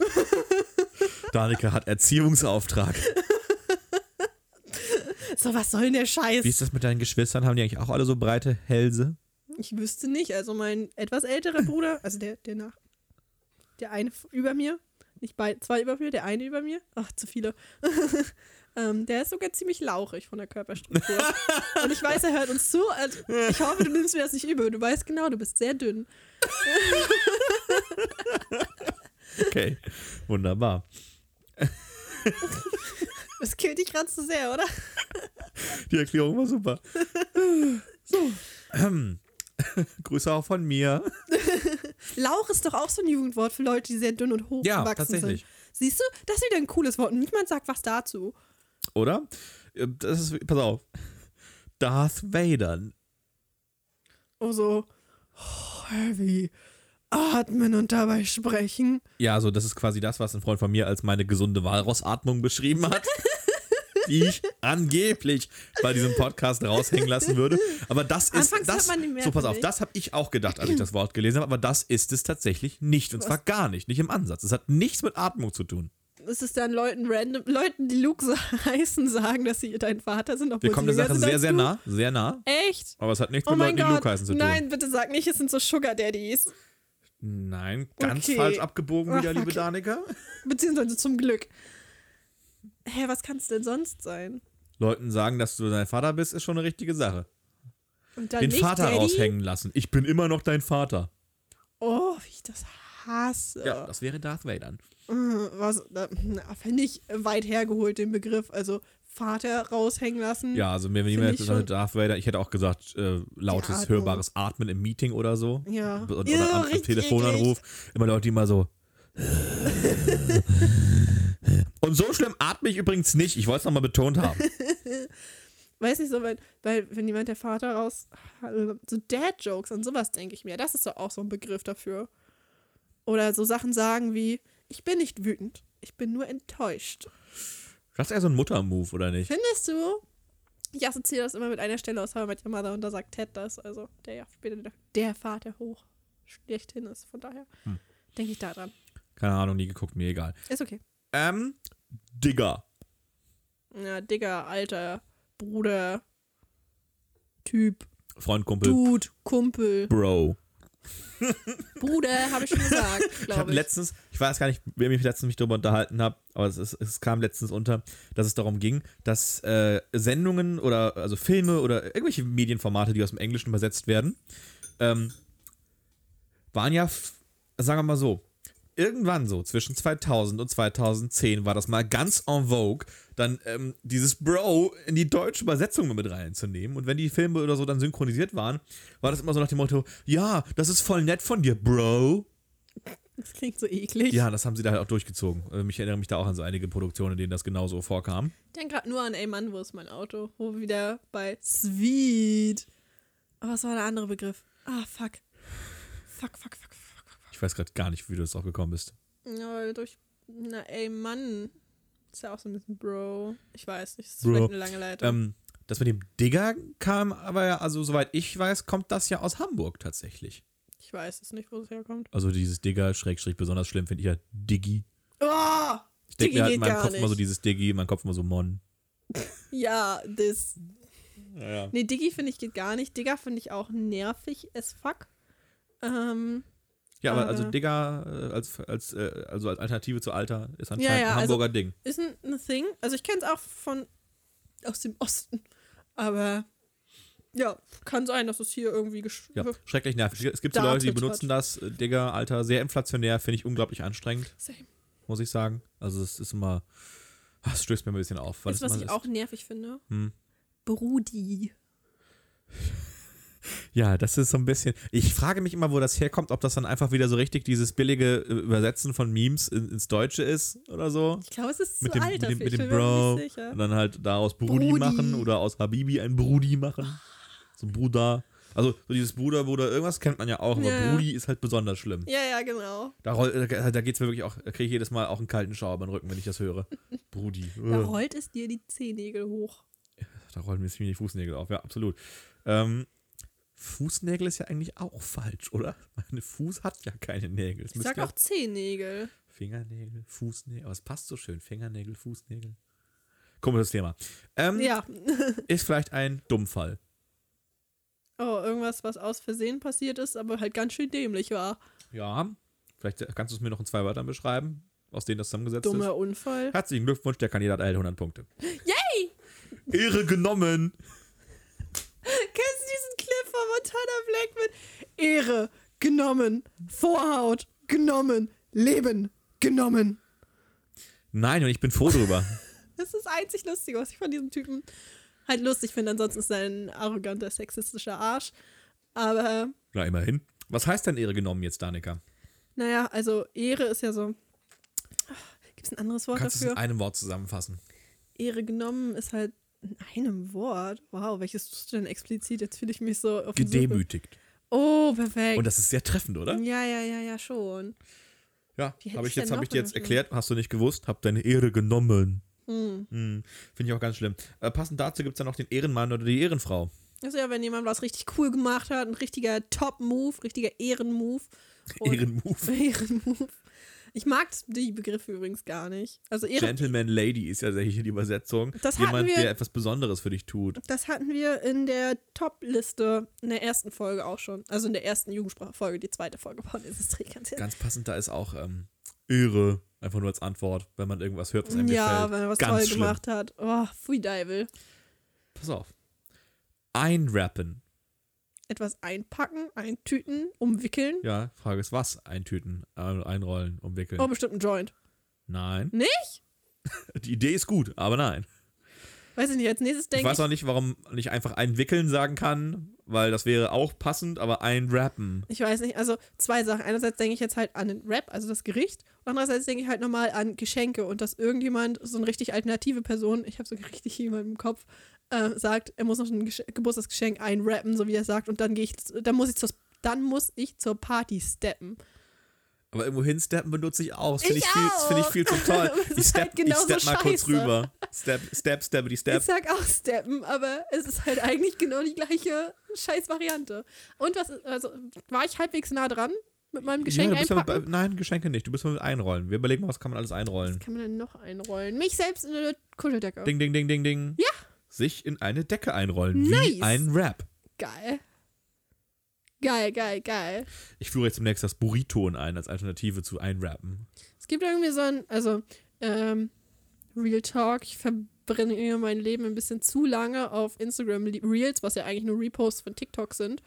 Danica hat Erziehungsauftrag.
So, was soll denn der Scheiß?
Wie ist das mit deinen Geschwistern? Haben die eigentlich auch alle so breite Hälse?
Ich wüsste nicht. Also mein etwas älterer Bruder, also der, der nach, der eine f- über mir, nicht beide, zwei über mir, der eine über mir, ach, zu viele. ähm, der ist sogar ziemlich lauchig von der Körperstruktur. Und ich weiß, er hört uns zu. Also ich hoffe, du nimmst mir das nicht übel. Du weißt genau, du bist sehr dünn.
Okay, wunderbar.
Das killt dich gerade zu sehr, oder?
Die Erklärung war super. So. Ähm, Grüße auch von mir.
Lauch ist doch auch so ein Jugendwort für Leute, die sehr dünn und hoch
Ja,
gewachsen
tatsächlich.
sind. Siehst du, das ist wieder ein cooles Wort und niemand sagt was dazu.
Oder? Äh, Das ist, pass auf. Darth Vader.
Oh, so oh, heavy. Atmen und dabei sprechen.
Ja, so, das ist quasi das, was ein Freund von mir als meine gesunde Walrossatmung beschrieben hat. die ich angeblich bei diesem Podcast raushängen lassen würde. Aber das ist.
Anfangs
das,
hat man die Merkmale
so, pass auf,
nicht.
das habe ich auch gedacht, als ich das Wort gelesen habe, aber das ist es tatsächlich nicht. Und zwar gar nicht, nicht im Ansatz. Es hat nichts mit Atmung zu tun.
Ist es dann Leuten random, Leuten, die Luke so heißen, sagen, dass sie dein Vater sind? obwohl
Wir kommen
sie
der
jünger
Sache
sind
sehr,
als
sehr
du?
nah, sehr nah.
Echt?
Aber es hat nichts
Oh
mit
mein
Leuten, die
Gott.
Luke heißen zu tun.
Nein, bitte sag nicht, es sind so Sugar Daddies.
Nein, ganz
Okay.
falsch abgebogen
Ach,
wieder, liebe
fuck.
Danica.
Beziehungsweise zum Glück. Hä, was kann es denn sonst sein?
Leuten sagen, dass du dein Vater bist, ist schon eine richtige Sache.
Und dann
Den
nicht
Vater
Daddy?
raushängen lassen. Ich bin immer noch dein Vater.
Oh, wie ich das hasse.
Ja, das wäre Darth Vader.
Mm, Was, da- na, finde ich weit hergeholt, den Begriff. Also Vater raushängen lassen.
Ja, also wenn
Finde
jemand
ich
jetzt sagt,
schon-
Darth Vader, ich hätte auch gesagt, äh, lautes,
Atmung.
hörbares Atmen im Meeting oder so.
Ja.
Oder, oder
Ja,
am, am
richtig
Telefonanruf. Immer Leute, die immer so. Und so schlimm atme ich übrigens nicht. Ich wollte es nochmal betont haben.
Weiß nicht so, weil, weil wenn jemand der Vater raus. So Dad-Jokes und sowas denke ich mir. Das ist doch auch so ein Begriff dafür. Oder so Sachen sagen wie: Ich bin nicht wütend, ich bin nur enttäuscht.
Das ist eher so ein Muttermove, oder nicht?
Findest du? Ich assoziiere das immer mit einer Stelle aus How I Met Your Mother und da sagt Ted das, also der ja später der Vater hoch schlechthin ist. Von daher
Hm.
denke ich da dran.
Keine Ahnung, nie geguckt, mir egal.
Ist okay.
Ähm, Digger.
Ja, Digga, alter Bruder, Typ,
Freund, Kumpel,
Dude, Kumpel,
Bro.
Bruder, habe ich schon gesagt,
Ich habe
glaube ich.
letztens, ich weiß gar nicht, wer mich letztens mich darüber unterhalten habe, aber es, ist, es kam letztens unter, dass es darum ging, dass äh, Sendungen oder also Filme oder irgendwelche Medienformate, die aus dem Englischen übersetzt werden, ähm, waren ja, f- sagen wir mal so, irgendwann so zwischen 2000 und 2010 war das mal ganz en vogue, dann ähm, dieses Bro in die deutsche Übersetzung mit reinzunehmen. Und wenn die Filme oder so dann synchronisiert waren, war das immer so nach dem Motto: Ja, das ist voll nett von dir, Bro.
Das klingt so eklig.
Ja, das haben sie da halt auch durchgezogen. Äh, Ich erinnere mich da auch an so einige Produktionen, in denen das genauso vorkam.
Ich denke gerade nur an Ey Mann, wo ist mein Auto? Wo wir wieder bei Sweet. Aber was war der andere Begriff? Ah, fuck. Fuck, fuck, fuck, fuck, fuck.
Ich weiß gerade gar nicht, wie du das drauf gekommen bist.
Ja, durch. Na, ey, Mann. Ist ja auch so ein bisschen Bro. Ich weiß nicht. Ist
Bro.
vielleicht eine lange Leitung.
Ähm, das mit dem Digger kam aber ja, also soweit ich weiß, kommt das ja aus Hamburg tatsächlich.
Ich weiß es nicht, wo es herkommt.
Also dieses Digger, Schrägstrich, besonders schlimm finde ich ja Diggi.
Oh!
Ich denke
Diggi
mir halt
geht
in meinem
gar
Kopf immer so
nicht.
dieses Diggi, in meinem Kopf immer so Mon.
Ja, das.
Ja, ja.
Nee, Diggi finde ich geht gar nicht. Digga finde ich auch nervig as fuck. Ähm,
aber
Aber-
also Digger äh, als, als, äh, also als Alternative zu Alter ist anscheinend
ja,
ein
also-
Hamburger Ding.
ist ein, ein Thing. Also ich kenne es auch von aus dem Osten. Aber ja, kann sein, dass es hier irgendwie gesch
Ja, schrecklich nervig. Es gibt so
Startet
Leute, die
hat.
benutzen das, äh, Digger, Alter, sehr inflationär, finde ich unglaublich anstrengend.
Same.
muss ich sagen. Also es ist immer, Ah, es stößt mir ein bisschen auf. Weil
Ist,
es
was
immer
ich
so
auch nervig finde.
Hm.
Brudi.
ist. Ja, das ist so ein bisschen, ich frage mich immer, wo das herkommt, ob das dann einfach wieder so richtig dieses billige äh, Übersetzen von Memes in, ins Deutsche ist oder so.
Ich glaube, es ist
Mit
zu
dem,
alt
mit dem,
dafür.
mit
ich
dem
bin mir
Bro
nicht sicher.
und dann halt daraus Brudi,
Brudi. Ah.
machen oder aus Habibi ein Brudi machen. So ein Bruder. Also so dieses Bruder, Bruder, irgendwas kennt man ja auch, aber
Ja.
Brudi ist halt besonders schlimm.
Ja, ja, genau.
Da, roll- da, da geht's mir wirklich auch, da kriege ich jedes Mal auch einen kalten Schauer über den Rücken, wenn ich das höre. Brudi. Äh.
Da
Ugh.
rollt es dir die Zehennägel hoch.
Da rollen mir ziemlich die Fußnägel auf, ja, absolut. Ähm, Fußnägel ist ja eigentlich auch falsch, oder? Ein Fuß hat ja keine Nägel. Es
Ich sag
müsste ja-
auch Zehennägel.
Fingernägel, Fußnägel, aber es passt so schön. Fingernägel, Fußnägel. Komisches Thema. Ähm,
Ja.
Ist vielleicht ein Dummfall.
Oh, irgendwas, was aus Versehen passiert ist, aber halt ganz schön dämlich war.
Ja, vielleicht kannst du es mir noch in zwei Wörtern beschreiben, aus denen das zusammengesetzt
Dummer Unfall.
ist. Herzlichen Glückwunsch, der Kandidat erhält 100 Punkte. Yay! Ehre genommen!
Kennst du diesen Clip von Montana Black mit Ehre genommen, Vorhaut genommen, Leben genommen?
Nein, und ich bin froh drüber.
Das ist das einzig Lustige, was ich von diesem Typen halt lustig finde. Ansonsten ist er ein arroganter, sexistischer Arsch. Aber
Na, immerhin. Was heißt denn Ehre genommen jetzt, Danica?
naja, also Ehre ist ja so. Gibt es ein anderes Wort
Kannst du es
dafür?
in einem Wort zusammenfassen?
Ehre genommen ist halt in einem Wort. Wow, welches tust du denn explizit? Jetzt fühle ich mich so auf die Suche.
Gedemütigt.
Oh, perfekt.
Und das ist sehr treffend, oder?
ja, ja, ja, ja, schon.
Ja,
Wie Mhm. hätte
habe
ich
ich jetzt,
denn
hab
noch
ich dir jetzt
genommen?
erklärt, hast du nicht gewusst, hab deine Ehre genommen.
Hm.
Hm, Finde ich auch ganz schlimm. Äh, passend dazu gibt es dann noch den Ehrenmann oder die Ehrenfrau.
Also ja, wenn jemand was richtig cool gemacht hat, ein richtiger Top-Move, richtiger Ehrenmove. und-
Ehrenmove.
Ehrenmove. Ich mag die Begriffe übrigens gar nicht. Also Ehren,
Gentleman Lady ist ja tatsächlich die Übersetzung.
Das hatten
Jemand,
wir-
der etwas Besonderes für dich tut.
das hatten wir in der Top-Liste in der ersten Folge auch schon. Also in der ersten Jugendsprache-Folge, die zweite Folge von ist ganz
Ganz passend da ist auch ähm, Ehre. Einfach nur als Antwort, wenn man irgendwas hört, was einem
Ja,
gefällt.
wenn er was
Ganz
toll
schlimm.
gemacht hat. Oh, Fui Devil.
Pass auf. Einrappen.
Etwas einpacken, eintüten, umwickeln.
Ja, Frage ist was? Eintüten, äh, einrollen, umwickeln.
Oh, bestimmt ein Joint.
nein.
Nicht?
Die Idee ist gut, aber nein.
Weiß ich nicht. Als nächstes
Ich
denke
weiß
ich.
auch nicht, warum man nicht einfach einwickeln sagen kann, weil das wäre auch passend, aber einrappen.
Ich weiß nicht, also zwei Sachen. Einerseits denke ich jetzt halt an den Rap, also das Gericht. Und andererseits denke ich halt nochmal an Geschenke und dass irgendjemand, so eine richtig alternative Person, ich habe so richtig jemanden im Kopf, äh, sagt, er muss noch ein Gesch Geburtstagsgeschenk einrappen, so wie er sagt, und dann gehe ich, dann muss ich zur, dann muss ich zur Party steppen.
Aber irgendwo hinsteppen benutze ich auch. Das finde
Ich
ich, viel- das finde ich
auch.
viel zu toll.
Das
Ich
ist
step,
halt genauso
ich step mal kurz
scheiße.
rüber. Step, step, step, die step.
Ich sag auch steppen, aber es ist halt eigentlich genau die gleiche Scheißvariante. Und was, ist- also war ich halbwegs nah dran mit meinem Geschenk
Ja, du bist ja mit-
einpacken?
bei- nein, Geschenke nicht. Du bist mal mit einrollen. Wir überlegen mal, was kann man alles einrollen.
Kann man denn noch einrollen? Mich selbst in eine Kuscheldecke.
Ding, ding, ding, ding, ding.
Ja.
Sich in eine Decke einrollen. Wie
Nice.
ein Rap.
Geil. Geil, geil, geil.
Ich führe jetzt demnächst das Burrito in ein als Alternative zu einrappen.
Es gibt irgendwie so ein, also, ähm, Real Talk, ich verbrenne irgendwie mein Leben ein bisschen zu lange auf Instagram Le- Reels, was ja eigentlich nur Reposts von TikTok sind.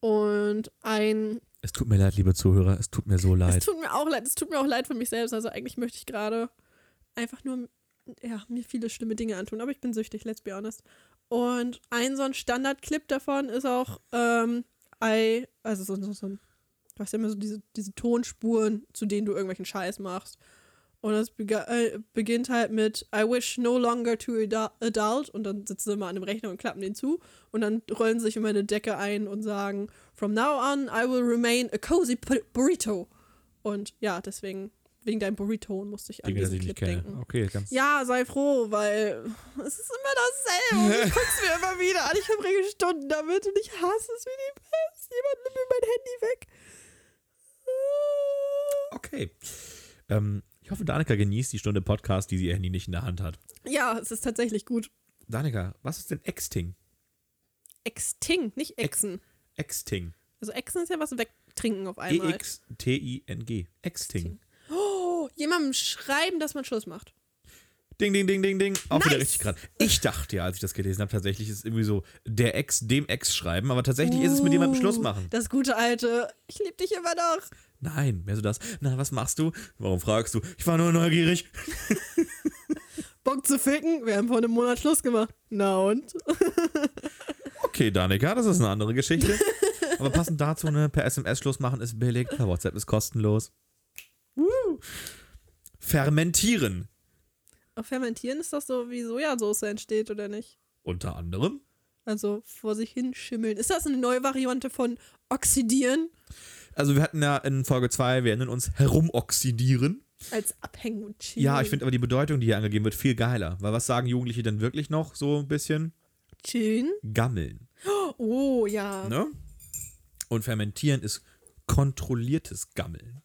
Und ein,
Es tut mir leid, liebe Zuhörer. Es tut mir so
es
leid.
tut mir auch leid, es tut mir auch leid von mich selbst, also eigentlich möchte ich gerade einfach nur, ja, mir viele schlimme Dinge antun, aber ich bin süchtig, let's be honest. Und ein so ein Standardclip davon ist auch, ähm, I, also so, so, so ein, du hast ja immer so diese, diese Tonspuren, zu denen du irgendwelchen Scheiß machst. Und das bega- äh, beginnt halt mit I wish no longer to adu- adult und dann sitzen sie immer an dem Rechner und klappen den zu und dann rollen sie sich immer in eine Decke ein und sagen From now on I will remain a cozy bu- burrito. Und ja, deswegen, wegen deinem Burrito musste ich an
Dinge, dass
diesen
ich
Clip
nicht kenne.
denken.
Okay, ganz.
Ja, sei froh, weil es ist immer dasselbe. und Ich guck's mir immer wieder an. Ich verbringe Stunden damit und ich hasse es wie die Pest. Jemand nimmt mir mein Handy weg.
Okay. Ähm, ich hoffe, Danica genießt die Stunde Podcast, die sie ihr Handy nicht in der Hand hat.
Ja, es ist tatsächlich gut.
Danica, was ist denn Exting?
Exting, nicht Exen.
Exting. E
Also Exen ist ja was wegtrinken auf einmal.
E-X-T-I-N-G. Exting.
oh, jemandem schreiben, dass man Schluss macht.
Ding, ding, ding, ding, ding. Auch wieder
Nice.
richtig gerade. Ich dachte ja, als ich das gelesen habe, tatsächlich ist es irgendwie so der Ex dem Ex schreiben, aber tatsächlich ist es mit jemandem Schluss
Uh,
machen.
Das gute alte, ich liebe dich immer noch.
Nein, mehr so das. Na, was machst du? Warum fragst du? Ich war nur neugierig.
Bock zu ficken, wir haben vor einem Monat Schluss gemacht. Na und?
Okay, Danica, das ist eine andere Geschichte. Aber passend dazu, ne, per SMS Schluss machen ist billig, per WhatsApp ist kostenlos. Woo. Fermentieren.
Auf Fermentieren ist das so, wie Sojasauce entsteht, oder nicht?
Unter anderem.
Also vor sich hin schimmeln. Ist das eine neue Variante von oxidieren?
Also wir hatten ja in Folge 2, wir nennen uns herumoxidieren.
Als abhängen und chillen.
Ja, ich finde aber die Bedeutung, die hier angegeben wird, viel geiler. Weil was sagen Jugendliche denn wirklich noch so ein bisschen?
Chillen?
Gammeln.
Oh, ja.
Ne? Und fermentieren ist kontrolliertes Gammeln.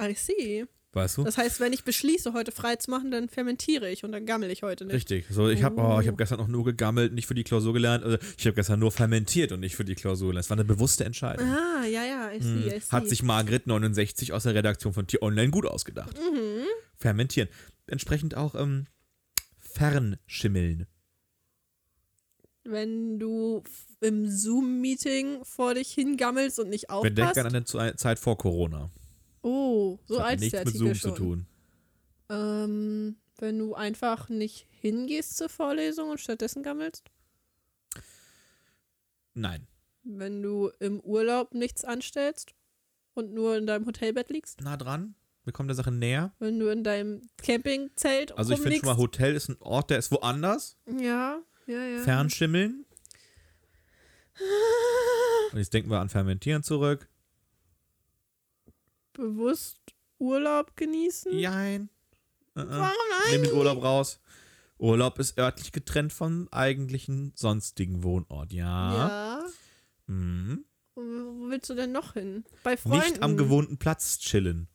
I see.
Weißt du?
Das heißt, wenn ich beschließe, heute frei zu machen, dann fermentiere ich und dann gammel ich heute nicht.
Richtig. So, ich habe oh, ich hab gestern noch nur gegammelt, nicht für die Klausur gelernt. Also ich habe gestern nur fermentiert und nicht für die Klausur gelernt. Es war eine bewusste Entscheidung. Hm.
Ah, ja, ja, I see, I see.
Hat sich Margret69 aus der Redaktion von T-Online gut ausgedacht.
Mhm.
Fermentieren. Entsprechend auch ähm, fernschimmeln.
wenn du f- im Zoom-Meeting vor dich hingammelst und nicht
Wir denken an
aufpasst.
eine Zu- Zeit vor Corona.
Oh, so
das hat
alt ist
nichts
der
mit
Artikel
Zoom
schon.
zu tun.
Ähm, wenn du einfach nicht hingehst zur Vorlesung und stattdessen gammelst?
Nein.
Wenn du im Urlaub nichts anstellst und nur in deinem Hotelbett liegst?
Nah dran. Wir kommen der Sache näher.
Wenn du in deinem Campingzelt
Also ich finde schon mal, Hotel ist ein Ort, der ist woanders.
rumliegst? Ja, ja, ja.
Fernschimmeln. Und jetzt denken wir an Fermentieren zurück.
Bewusst Urlaub genießen?
Jein. Äh, äh.
Warum
Nimm den
eigentlich?
Urlaub raus. Urlaub ist örtlich getrennt vom eigentlichen sonstigen Wohnort. Ja.
Ja.
Mhm.
Und Wo willst du denn noch hin? Bei Freunden?
Nicht am gewohnten Platz chillen.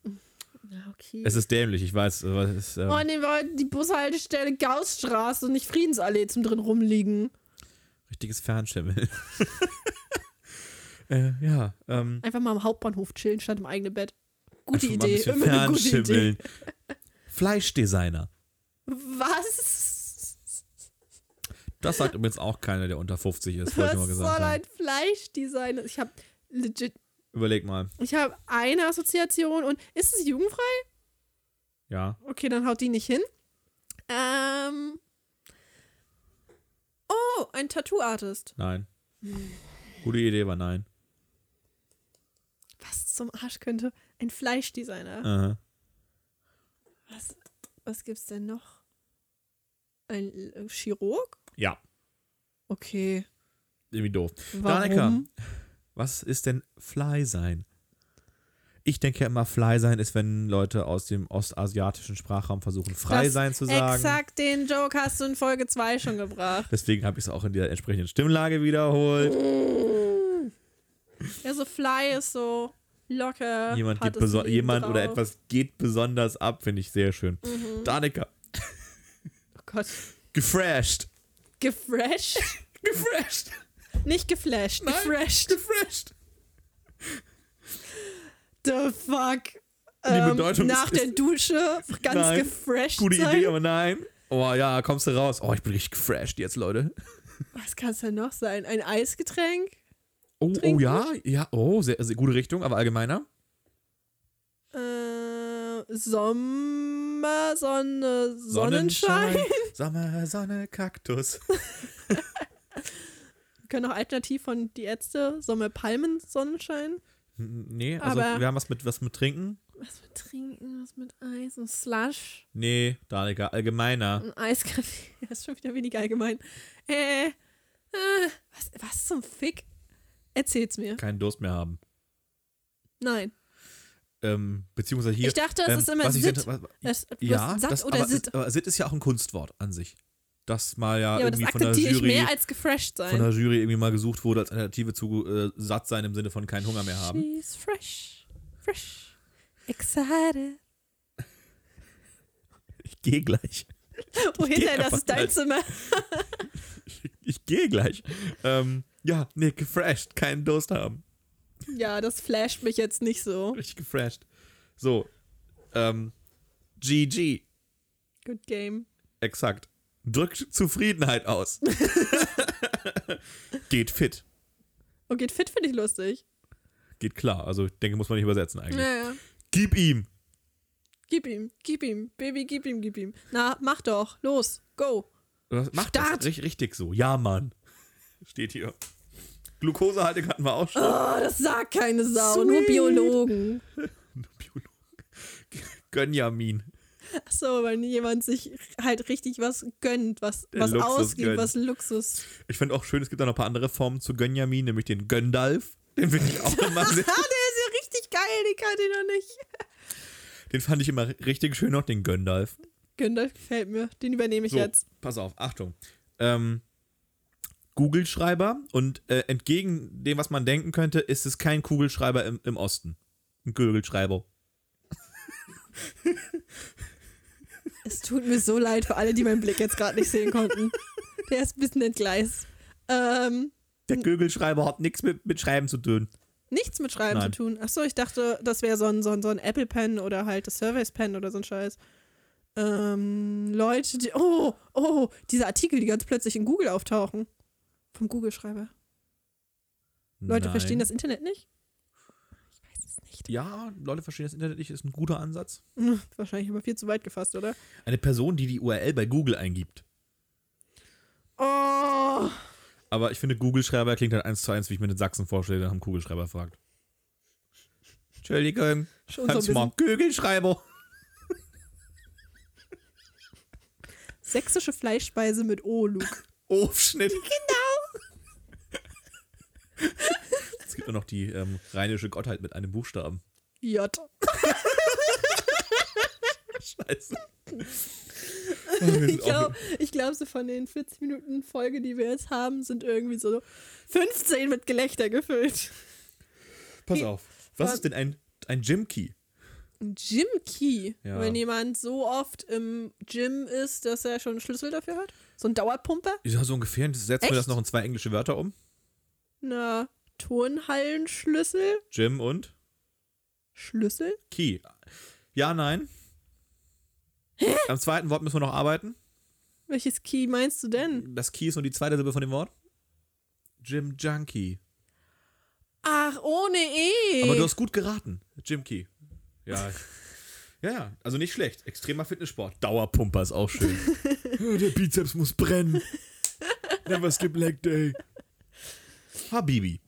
Ja, okay.
Es ist dämlich, ich weiß. aber es ist, ähm,
Oh, nee, war die Bushaltestelle Gaussstraße und nicht Friedensallee zum drin rumliegen.
richtiges Fernschimmeln. äh, ja. Ähm,
Einfach mal am Hauptbahnhof chillen statt im eigenen Bett. Gute
einfach mal ein
Idee,
bisschen
immer eine gute Idee.
Fernschimmeln. Fleischdesigner.
Was?
Das sagt übrigens auch keiner, der unter 50 ist, wollte ich mal
Was soll
gesagt haben.
ein Fleischdesign? Ich habe legit,
Überleg mal.
ich habe eine Assoziation und ist es jugendfrei?
Ja.
Okay, dann haut die nicht hin. Ähm. Oh, ein Tattoo-Artist.
Nein. Gute Idee war nein.
Was zum Arsch könnte ein Fleischdesigner?
Aha.
Was, was gibt's denn noch? Ein äh, Chirurg?
Ja,
Okay.
irgendwie doof.
Warum?
was ist denn Fly sein? Ich denke ja immer, Fly sein ist, wenn Leute aus dem ostasiatischen Sprachraum versuchen, frei
Das-
sein zu sagen.
Exakt den Joke hast du in Folge 2 schon gebracht.
Deswegen habe ich es auch in der entsprechenden Stimmlage wiederholt.
Ja, so Fly ist so locker.
jemand
hat
geht
es
beso-
lieb
jemand
drauf. Mhm.
oder etwas geht besonders ab, finde ich sehr schön. Danica,
Oh Gott.
gefresht.
Gefresht?
Gefresht.
Nicht geflasht.
Nein.
Gefresht.
Gefresht.
The fuck. ähm,
Bedeutung
nach
ist-
der Dusche ganz
Nein.
gefresht
Gute
sein.
Idee, aber nein. Oh ja, kommst du raus. Oh, ich bin richtig gefresht jetzt, Leute.
Was kann es denn noch sein? Ein Eisgetränk?
Oh, oh
Trinken?
ja, ja, oh, sehr, sehr gute Richtung, aber allgemeiner.
Äh, Sommer, Sonne, Sonnenschein?
Sommer, Sonne, Kaktus.
Wir können auch alternativ von die Ärzte Sommer, Palmen, Sonnenschein.
N- Nee, also
Aber-
wir haben was mit was mit Trinken.
Was mit Trinken, was mit Eis? Ein Slush,
Nee, Danica, allgemeiner.
ein Eiskaffee. Das ist schon wieder weniger allgemein. Äh, äh was, was zum Fick? Erzähl's mir.
Keinen Durst mehr haben.
Nein.
Ähm, beziehungsweise hier.
ich dachte, es
ähm,
ist immer
was ich
Sitt.
sehr- was-
das, ist etwas
ja,
satt
das,
oder
aber,
Sitt.
aber Sitt ist äh, ja auch ein Kunstwort an sich. Das mal ja,
Ja, aber das
irgendwie von der
akzeptiere ich
Jury
mehr als gefresht
von
sein.
der Jury irgendwie mal gesucht wurde als Alternative zu äh, satt sein im Sinne von keinen Hunger mehr haben.
She's fresh, fresh, excited.
Ich gehe gleich.
Wohin
geh
denn? Oh, Das
einfach
ist dein
gleich.
Zimmer.
Ich gehe gleich. Ähm, ja, nee, gefresht, keinen Durst haben.
Ja, das flasht mich jetzt nicht so.
Richtig gefresht. So. Ähm, GG.
Good game.
Exakt. Drückt Zufriedenheit aus. Geht fit.
Und geht fit, finde ich lustig.
Geht klar. Also, ich denke, muss man nicht übersetzen eigentlich.
Ja, ja.
Gib ihm.
Gib ihm, gib ihm, Baby, gib ihm, gib ihm. Na, mach doch, los, go.
Das macht
Start.
das ri- richtig so. Ja, Mann. Steht hier. Glukosehaltig hatten wir auch schon.
Oh, das sagt keine Sau, nur
Sweet.
Biologen.
Biologen. Gönjamin.
Achso, weil jemand sich halt richtig was gönnt, was,
Der
was
Luxus
ausgeht,
gönnt.
was Luxus.
Ich finde auch schön, es gibt da noch ein paar andere Formen zu Gönjamin, nämlich den Göndalf. Den finde ich auch immer sehr,
Ah, der ist ja richtig geil, die kannte ich noch nicht.
Den fand ich immer richtig schön, auch den Göndalf.
Günther gefällt mir, den übernehme ich
So,
jetzt.
pass auf, Achtung. Ähm, Kugelschreiber und äh, entgegen dem, was man denken könnte, ist es kein Kugelschreiber im, im Osten. Ein Kugelschreiber.
Es tut mir so leid für alle, die meinen Blick jetzt gerade nicht sehen konnten. Der ist ein bisschen entgleist. Ähm,
Der Kugelschreiber hat nichts mit, mit Schreiben zu tun.
nichts mit Schreiben
Nein.
zu tun. Achso, ich dachte, das wäre so ein, so, ein, so ein Apple Pen oder halt das Surveys Pen oder so ein Scheiß. Ähm, Leute, die. Oh, oh, diese Artikel, die ganz plötzlich in Google auftauchen. Vom Google-Schreiber. Leute
Nein.
verstehen das Internet nicht? Ich weiß es nicht. nicht.
Ja, Leute verstehen das Internet nicht, ist ein guter Ansatz.
Hm, Wahrscheinlich aber viel zu weit gefasst, oder?
Eine Person, die die URL bei Google eingibt.
Oh,
Aber ich finde, Google-Schreiber klingt halt eins zu eins, wie ich mir den Sachsen vorstelle, der nach dem Kugelschreiber fragt. Entschuldigung,
schon so ein bisschen.
Kugelschreiber.
Sächsische Fleischspeise mit O, Luke.
Aufschnitt. Genau. es gibt auch noch die ähm, rheinische Gottheit mit einem Buchstaben.
J.
Scheiße. Oh, wir
Ich
sind auch-
glaube, ich glaub, so von den 40 Minuten Folge, die wir jetzt haben, sind irgendwie so 15 mit Gelächter gefüllt.
Pass auf. Was ist denn ein, ein Jimkey?
Ein Gym Key,
Ja.
wenn jemand so oft im Gym ist, dass er schon einen Schlüssel dafür hat? So ein Dauerpumper?
Ja, so ungefähr. Setzen wir
Echt?
das noch in zwei englische Wörter um.
Na, Turnhallenschlüssel?
Jim und
Schlüssel?
Key. Ja, nein. Am zweiten Wort müssen wir noch arbeiten.
Welches Key meinst du denn?
Das Key ist nur die zweite Silbe von dem Wort. Jim Junkie.
Ach, ohne E.
Aber du hast gut geraten. Jim Key. Ja. Ja, ja, also nicht schlecht. Extremer Fitnesssport. Dauerpumper ist auch schön. Der Bizeps muss brennen. Never skip leg day. Habibi.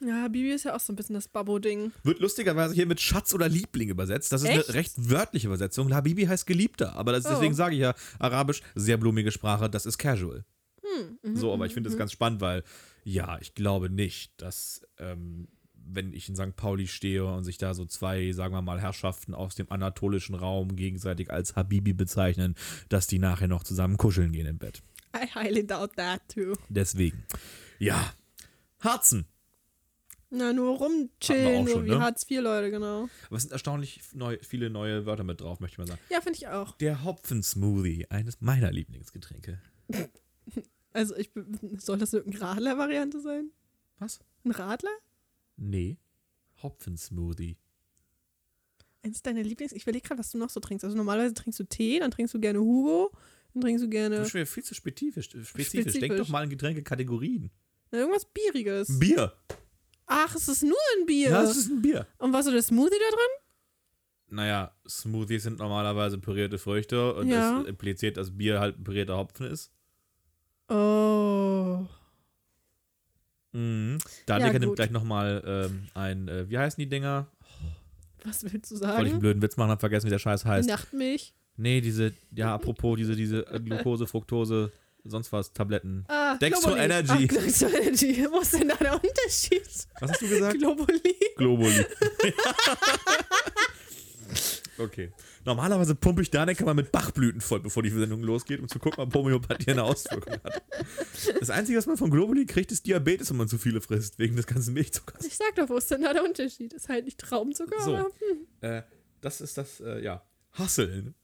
ja, Bibi ist ja auch so ein bisschen das Babbo-Ding.
Wird lustigerweise hier mit Schatz oder Liebling übersetzt. Das ist
Echt?
eine recht wörtliche Übersetzung. Habibi heißt Geliebter, aber das,
Oh.
deswegen sage ich ja, Arabisch, sehr blumige Sprache, das ist casual.
Hm, mhm,
so, aber ich finde das ganz spannend, weil ja, ich glaube nicht, dass ähm, wenn ich in St. Pauli stehe und sich da so zwei, sagen wir mal, Herrschaften aus dem anatolischen Raum gegenseitig als Habibi bezeichnen, dass die nachher noch zusammen kuscheln gehen im Bett.
I highly doubt that too.
Deswegen. Ja. Harzen.
Na, nur
Hatten wir auch
rumchillen, so
schon,
wie
ne?
Hartz IV Leute, genau.
Aber es sind erstaunlich neu, viele neue Wörter mit drauf, möchte ich mal sagen.
Ja, finde ich auch.
Der Hopfensmoothie, eines meiner Lieblingsgetränke.
Also, ich be- soll das irgendeine Radler-Variante sein?
Was?
Ein Radler?
Nee. Hopfensmoothie.
Eins deiner Lieblings. Ich überlege gerade, was du noch so trinkst. Also, normalerweise trinkst du Tee, dann trinkst du gerne Hugo, dann trinkst du
Du
gerne
bist schon wieder viel zu spezifisch. spezifisch. Denk
Spezifisch.
doch mal an Getränkekategorien.
na, irgendwas Bieriges.
Bier.
Ach, es ist nur ein Bier.
Ja, es ist ein Bier.
Und was ist der Smoothie da drin?
Naja, Smoothies sind normalerweise pürierte Früchte und
Ja.
das impliziert, dass Bier halt ein pürierter Hopfen ist.
Oh.
Mhm. Daniel
Ja,
nimmt
gut.
gleich nochmal ähm, ein, äh, wie heißen die Dinger?
Was willst du
Wollte ich einen
sagen?
blöden Witz machen, hab vergessen, wie der Scheiß heißt.
Nachtmilch.
Nee, diese, ja, apropos, diese, diese äh, Glucose, Fructose, sonst was, Tabletten.
Ah,
Dextro
Globuli.
Energy.
Ach, Dextro Energy. Wo ist denn da der Unterschied?
Was hast du gesagt?
Globuli.
Globuli. okay. Normalerweise pumpe ich Danek mal mit Bachblüten voll, bevor die Sendung losgeht, um zu gucken, ob Homöopathie eine Auswirkung hat. Das Einzige, was man von Globuli kriegt, ist Diabetes, wenn man zu viele frisst, wegen des ganzen Milchzuckers.
Ich sag doch, wo ist denn da der Unterschied? Ist halt nicht Traubenzucker,
So.
oder?
Äh, das ist das, äh, ja. Hasseln.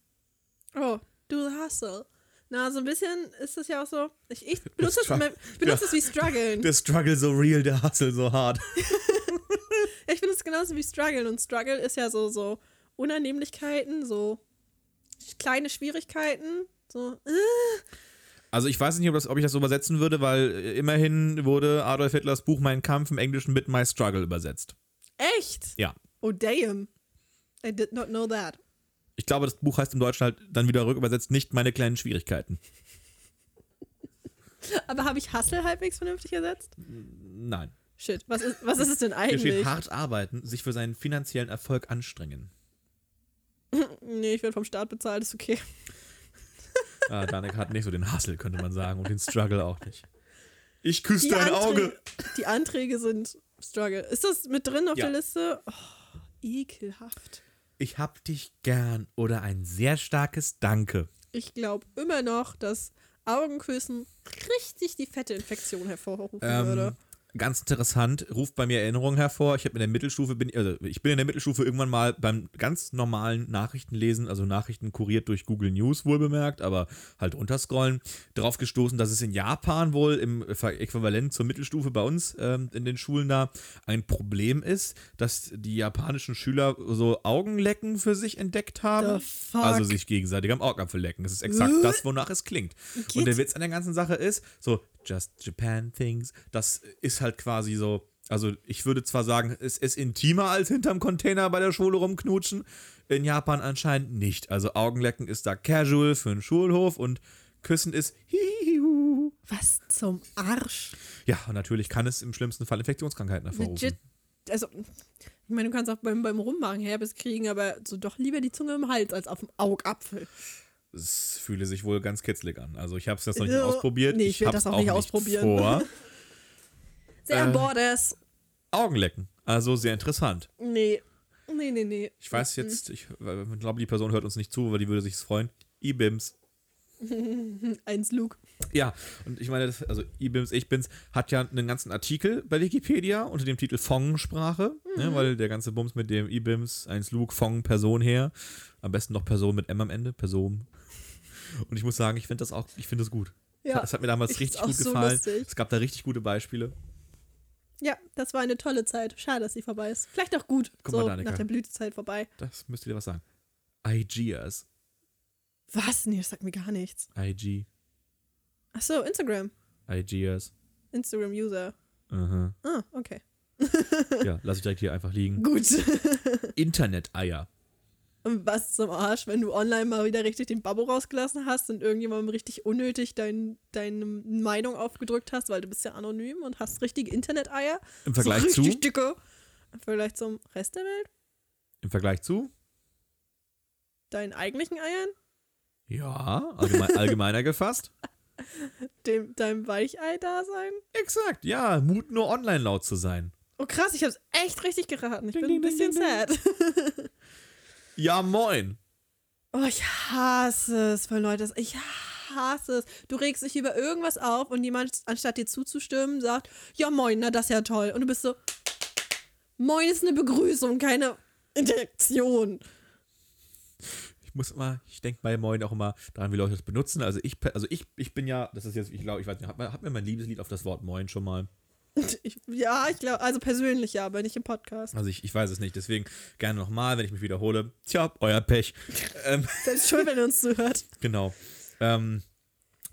Oh, do the hustle. Na, so ein bisschen ist das ja auch so. Ich, ich benutze das,
Strugg-
immer- ich benutze
Ja.
das wie struggeln.
Der Struggle so real, der Hustle so hart.
Ich benutze es genauso wie struggeln. Und struggle ist ja so, so Unannehmlichkeiten, so kleine Schwierigkeiten. So, äh,
Also ich weiß nicht, ob, das, ob ich das so übersetzen würde, weil äh, immerhin wurde Adolf Hitlers Buch Mein Kampf im Englischen mit My Struggle übersetzt.
äh, echt?
Ja.
Oh, damn. I did not know that.
Ich glaube, das Buch heißt im Deutschen halt dann wieder rückübersetzt nicht meine kleinen Schwierigkeiten.
Aber habe ich Hustle halbwegs vernünftig ersetzt?
Nein.
Shit, was ist, was ist es denn
Hier steht
eigentlich?
hart arbeiten, sich für seinen finanziellen Erfolg anstrengen.
Nee, ich werde vom Staat bezahlt, ist okay.
Ah, Danek hat nicht so den Hustle, könnte man sagen, und den Struggle auch nicht. Ich küsse
Anträge- die Anträge sind Struggle. Ist das mit drin auf
Ja.
der Liste? Oh, ekelhaft.
Ich hab dich gern oder ein sehr starkes Danke.
Ich glaube immer noch, dass Augenküssen richtig die fette Infektion hervorrufen
Ähm,
würde.
ganz interessant, ruft bei mir Erinnerungen hervor. Ich habe in der Mittelstufe, bin, also ich bin in der Mittelstufe irgendwann mal beim ganz normalen Nachrichtenlesen, also Nachrichten kuriert durch Google News wohl bemerkt, aber halt runterscrollen, drauf gestoßen, dass es in Japan wohl im Ver- Äquivalent zur Mittelstufe bei uns ähm, in den Schulen da ein Problem ist, dass die japanischen Schüler so Augenlecken für sich entdeckt haben.
The fuck?
Also sich gegenseitig am Augapfel lecken. Das ist exakt das, wonach es klingt. Und der Witz an der ganzen Sache ist, so Just Japan Things, das ist halt quasi so Also ich würde zwar sagen, es ist intimer als hinterm Container bei der Schule rumknutschen. In Japan anscheinend nicht. Also Augenlecken ist da casual für einen Schulhof und Küssen ist hihihu.
Was zum Arsch?
Ja, und natürlich kann es im schlimmsten Fall Infektionskrankheiten hervorrufen.
Legit. Also, ich meine, du kannst auch beim, beim Rummachen Herpes kriegen, aber so doch lieber die Zunge im Hals als auf dem Augapfel.
Es fühle sich wohl ganz kitzlig an. Also ich habe es jetzt noch nicht
Äh,
ausprobiert.
nee, ich will
hab's
das auch nicht ausprobieren.
Vor.
Sehr
Äh.
Borders.
Augenlecken. Also sehr interessant.
Nee. Nee, nee, nee.
Ich weiß jetzt, ich äh, glaube, die Person hört uns nicht zu, weil die würde sich freuen. E-Bims.
Eins Luke.
Ja, und ich meine, das, also IBIMS, ich bin's, hat ja einen ganzen Artikel bei Wikipedia unter dem Titel Fong-Sprache, ne,
Mhm.
weil der ganze Bums mit dem IBIMS, eins Luke, Fong, Person her. Am besten noch Person mit M am Ende, Person. Und ich muss sagen, ich finde das auch, ich finde das gut.
Ja,
Das hat mir damals
ich
richtig
find's
gut
auch so
gefallen.
lustig.
Es gab da richtig gute Beispiele.
Ja, das war eine tolle Zeit. Schade, dass sie vorbei ist. Vielleicht auch gut.
Guck
so
mal da, Annika.
nach der Blütezeit vorbei.
Das müsst ihr dir was sagen. IGs.
Was? Nee, das sagt mir gar nichts.
IG.
Ach so, Instagram.
IGs.
Instagram-User.
Aha.
Ah, okay.
Mhm. Ja, lass ich direkt hier einfach liegen.
Gut.
Internet-Eier.
Und was zum Arsch, wenn du online mal wieder richtig den Babbo rausgelassen hast und irgendjemandem richtig unnötig dein, deine Meinung aufgedrückt hast, weil du bist ja anonym und hast richtige Internet-Eier.
Im Vergleich
so
zu?
richtig dicke. Im Vergleich zum Rest der Welt,
Im Vergleich zu?
deinen eigentlichen Eiern,
Ja, allgemein, allgemeiner gefasst.
dem, deinem Weichei-Dasein.
Exakt, ja, Mut nur online laut zu sein.
Oh krass, ich hab's echt richtig geraten. Ich
Ding,
bin ein
ding, ding,
bisschen sad.
Ja, moin.
Oh, ich hasse es, weil Leute, ich hasse es. Du regst dich über irgendwas auf und jemand, anstatt dir zuzustimmen, sagt, ja moin, na das ist ja toll. Und du bist so, moin ist eine Begrüßung, keine Interaktion.
Ich muss immer, ich denke bei moin auch immer daran, wie Leute das benutzen. Also ich, pe- also ich, ich bin ja, das ist jetzt, ich glaube, ich weiß nicht, hat, man- hat mir mein Liebeslied auf das Wort moin schon mal.
Ich, ja, ich glaube, also persönlich ja, aber nicht im Podcast.
Also ich, ich weiß es nicht, deswegen gerne nochmal, wenn ich mich wiederhole. Tja, euer Pech. ähm,
Selbst schuld, wenn ihr uns zuhört.
genau. Ähm,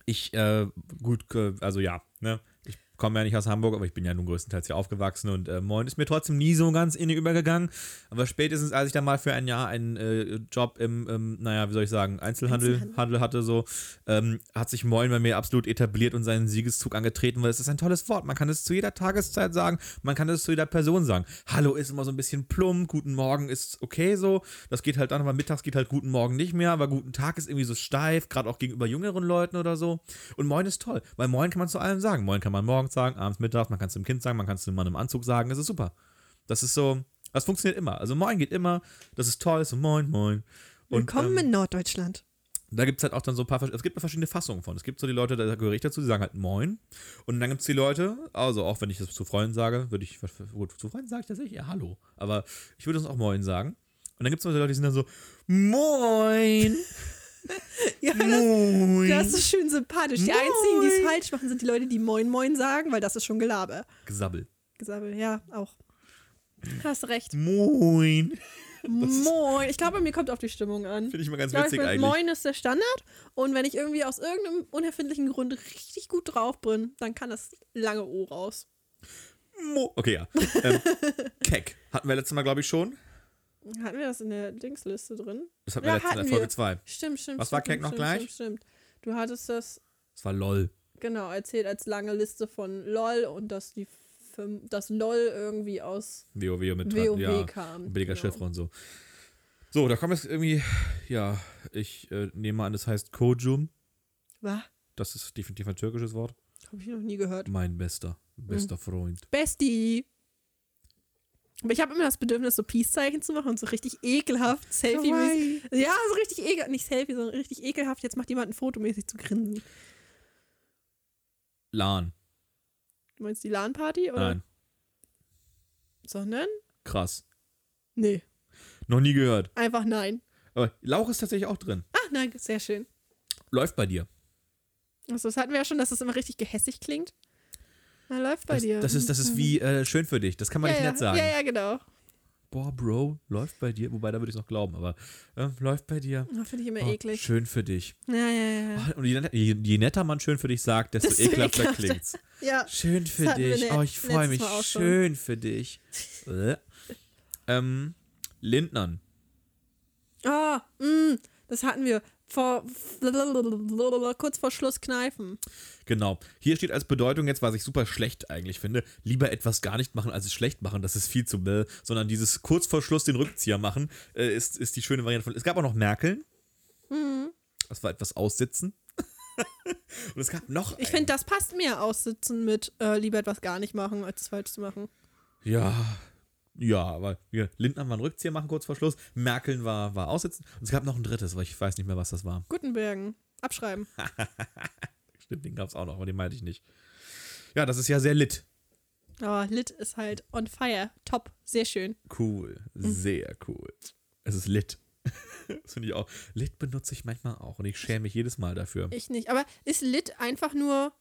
ich, äh, gut, äh, also ja, ne? Ich komme ja nicht aus Hamburg, aber ich bin ja nun größtenteils hier aufgewachsen und äh, Moin ist mir trotzdem nie so ganz inne übergegangen. Aber spätestens, als ich dann mal für ein Jahr einen äh, Job im, ähm, naja, wie soll ich sagen, Einzelhandel,
Einzelhandel.
Handel hatte, so, ähm, hat sich Moin bei mir absolut etabliert und seinen Siegeszug angetreten, weil es ist ein tolles Wort. Man kann es zu jeder Tageszeit sagen, man kann es zu jeder Person sagen. Hallo ist immer so ein bisschen plump, guten Morgen ist okay so. Das geht halt dann, aber mittags geht halt guten Morgen nicht mehr, aber guten Tag ist irgendwie so steif, gerade auch gegenüber jüngeren Leuten oder so. Und Moin ist toll, weil Moin kann man zu allem sagen. Moin kann man morgens sagen, abends, mittags, man kann es dem Kind sagen, man kann es dem Mann im Anzug sagen, das ist super. Das ist so, das funktioniert immer. Also Moin geht immer, das ist toll, so Moin, Moin. Und, ähm,
Willkommen in Norddeutschland.
da gibt es halt auch dann so ein paar, vers- es gibt verschiedene Fassungen von. Es gibt so die Leute, da gehöre ich dazu, die sagen halt Moin. Und dann gibt es die Leute, also auch wenn ich das zu Freunden sage, würde ich, gut, zu Freunden sage ich tatsächlich eher Hallo. Aber ich würde uns auch Moin sagen. Und dann gibt es Leute, die sind dann so Moin,
Ja, das,
Moin.
das ist schön sympathisch. Die einzigen, die es
Moin.
falsch machen, sind die Leute, die moin moin sagen, weil das ist schon Gelaber.
Gesabbel.
Gesabbel, ja, auch. Hast recht.
Moin.
Moin. Ich glaube, mir kommt auf die Stimmung an.
Finde ich immer ganz
Ich glaube, ich
witzig
bin-
eigentlich.
Moin ist der Standard. Und wenn ich irgendwie aus irgendeinem unerfindlichen Grund richtig gut drauf bin, dann kann das lange O raus.
Mo okay, ja. Ähm, Keck. Hatten wir letztes Mal, glaube ich, schon.
Hatten wir das in der Dingsliste drin?
Das hatten wir
Ja,
letztes Mal
hatten
in Folge
wir.
2.
Stimmt, stimmt.
Was
stimmt,
war Keck noch
stimmt,
gleich?
Stimmt, stimmt. Du hattest das,
Das war LOL.
genau, erzählt als lange Liste von LOL und dass die fünf, dass LOL irgendwie aus
WoW mit dran.
WoW
ja.
kam.
Billiger
genau.
Chiffre und so. So, da kommen jetzt irgendwie, ja, ich äh, nehme an, das heißt Kojum.
Wah,
Das ist definitiv ein türkisches Wort.
hab ich noch nie gehört.
Mein bester, bester
Hm.
Freund.
Bestie. Aber ich habe immer das Bedürfnis, so Peace-Zeichen zu machen und so richtig ekelhaft, selfie Ja, so richtig ekelhaft, nicht selfie, sondern richtig ekelhaft. Jetzt macht jemand ein Foto um mäßig zu grinsen.
LAN.
Du meinst die LAN-Party oder?
Nein,
Sondern?
krass.
Nee,
Noch nie gehört.
einfach nein.
Aber Lauch ist tatsächlich auch drin.
Ach nein, sehr schön.
Läuft bei dir.
Also das hatten wir ja schon, dass das immer richtig gehässig klingt. Na, läuft bei
das,
dir. Hm. Mhm.
Das ist, das ist wie äh, schön für dich. Das kann man
ja,
nicht
ja.
nett sagen.
Ja, ja, genau.
boah, Bro, läuft bei dir. Wobei, da würde ich es noch glauben, aber äh, läuft bei dir.
Oh, Finde ich immer
Oh,
eklig.
Schön für dich.
Ja, ja, ja. ja.
Oh, Und je, netter- je, je netter man schön für dich sagt, desto
Desto
ekelhafter
ekelhafter.
klingt's.
ja.
Schön für
hatten wir
dich.
le-
oh, ich freue
letztes
mich.
Mal auch schon.
Schön für dich. Äh. ähm, Lindnern.
Ah, mh, das hatten wir vor kurz vor Schluss kneifen.
Genau. Hier steht als Bedeutung jetzt, was ich super schlecht eigentlich finde, lieber etwas gar nicht machen, als es schlecht machen. Das ist viel zu bläh. Sondern dieses kurz vor Schluss den Rückzieher machen, äh, ist, ist die schöne Variante von. Es gab auch noch Merkeln.
Mhm.
Das war etwas aussitzen. Und es gab noch.
Ich
einen.
finde, das passt mehr aussitzen mit äh, lieber etwas gar nicht machen, als es falsch zu machen.
Ja. Ja, aber ja, Lindner war ein Rückzieher machen kurz vor Schluss. Merkeln war, war aussitzen. Und es gab noch ein drittes, weil ich weiß nicht mehr, was das war.
Gutenbergen. Abschreiben.
Stimmt, den gab es auch noch, aber den meinte ich nicht. Ja, das ist ja sehr lit.
Aber Lit ist halt on fire. Top. Sehr schön.
Cool. Sehr cool. Es ist lit. das finde ich auch. Lit benutze ich manchmal auch und ich schäme mich jedes Mal dafür.
Ich nicht. Aber ist Lit einfach nur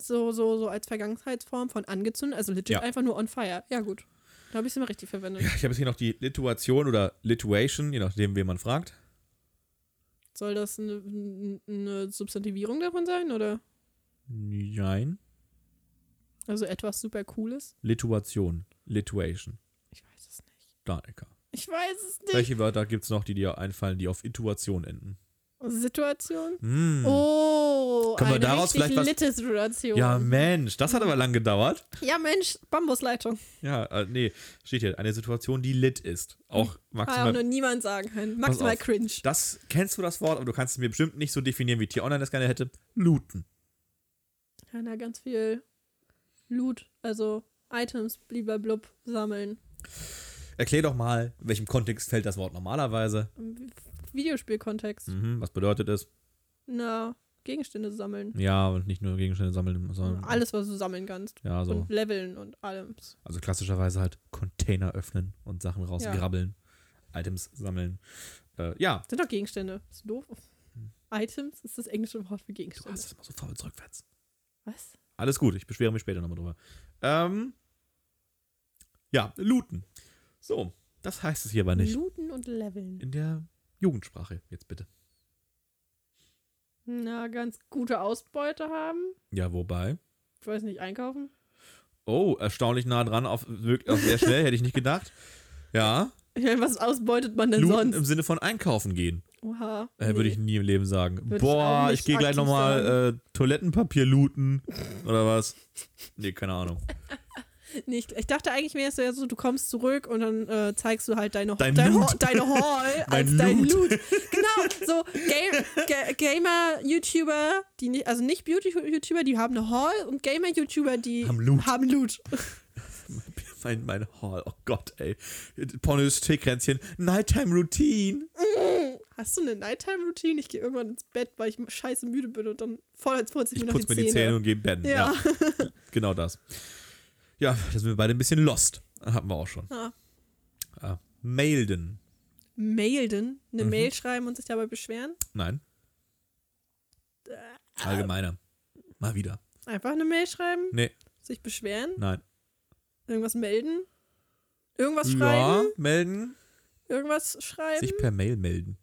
so, so, so als Vergangenheitsform von angezündet? Also legit
Ja.
einfach nur on fire. Ja, gut. Da habe ich es immer richtig verwendet.
Ja, ich habe jetzt hier noch die Lituation oder Lituation, je nachdem, wen man fragt.
Soll das eine, eine ne Substantivierung davon sein? Oder?
Nein.
Also etwas super Cooles?
Lituation. Lituation.
Ich weiß es nicht.
Danica.
Ich weiß es nicht.
Welche Wörter gibt es noch, die dir einfallen, die auf Intuation enden?
Situation?
Hm.
Oh,
Können wir
eine
daraus
richtig
vielleicht was-
litte Situation.
Ja, Mensch, das hat aber lang gedauert.
Ja, Mensch, Bambusleitung.
Ja, äh, nee, steht hier, eine Situation, die lit ist.
Hat
Auch
auch nur
maximal.
niemand sagen können. Maximal
auf.
cringe.
Das kennst du das Wort, aber du kannst es mir bestimmt nicht so definieren, wie Tier Online das gerne hätte. Looten.
Ja, na, ganz viel Loot, also Items, blub sammeln.
Erklär doch mal, in welchem Kontext fällt das Wort normalerweise?
Im Videospielkontext.
Mhm, was bedeutet es?
Na, Gegenstände sammeln.
Ja, und nicht nur Gegenstände sammeln, sondern.
Mhm, Alles, was du sammeln kannst.
Ja, so.
Und leveln und allem.
Also klassischerweise halt Container öffnen und Sachen rausgrabbeln, Items sammeln. Äh, ja,
Sind doch Gegenstände. Ist doof. Items ist das englische Wort für
Hm. du
Gegenstände.
hast es immer so faul rückwärts.
Was?
Alles gut, ich beschwere mich später nochmal drüber. Ähm, ja, looten. So, das heißt es hierbei nicht.
Looten und leveln.
In der Jugendsprache, jetzt bitte.
Na, ganz gute Ausbeute haben.
Ja, wobei.
Ich weiß nicht, einkaufen.
Oh, erstaunlich nah dran, auf, wirk- auf sehr schnell, hätte ich nicht gedacht. Ja,
Ich meine, was ausbeutet man denn
looten im
sonst?
Sinne von einkaufen gehen.
Oha.
Äh, Würde ich nie im Leben sagen.
ich
Boah,
auch
ich,
nicht
gehe gleich
aktiv
nochmal äh, Toilettenpapier looten oder was? Nee, keine Ahnung.
Nee, ich, ich dachte eigentlich mehr so, ja, so, du kommst zurück und dann äh, zeigst du halt deine,
Dein
dein
Loot.
Hor- deine Haul als
Dein
dein Loot.
Loot.
Genau, so Ga- Ga- Gamer, YouTuber, die nicht, also nicht Beauty-YouTuber, die haben eine Haul und Gamer-YouTuber, die
Haben Loot.
Haben Loot.
Mein, mein Hall, oh Gott, ey. Pornös Steakränzchen, Nighttime Routine.
Hast du eine Nighttime-Routine? Ich gehe irgendwann ins Bett, weil ich scheiße müde bin und dann voll als putze ich,
Ich
mir noch
putze
die Zähne.
mir die Zähne und gehe betten. Ja.
Ja.
genau das. Ja, da sind wir beide ein bisschen lost. Hatten wir auch schon.
Ah.
Ah, Mailden.
Mailden,
Mhm.
eine Mail schreiben und sich dabei beschweren.
Nein.
Äh,
Allgemeiner. Mal wieder.
Einfach eine Mail schreiben,
Nee,
sich beschweren,
nein.
irgendwas melden, irgendwas
Ja,
schreiben,
melden.
irgendwas schreiben.
Sich per Mail melden.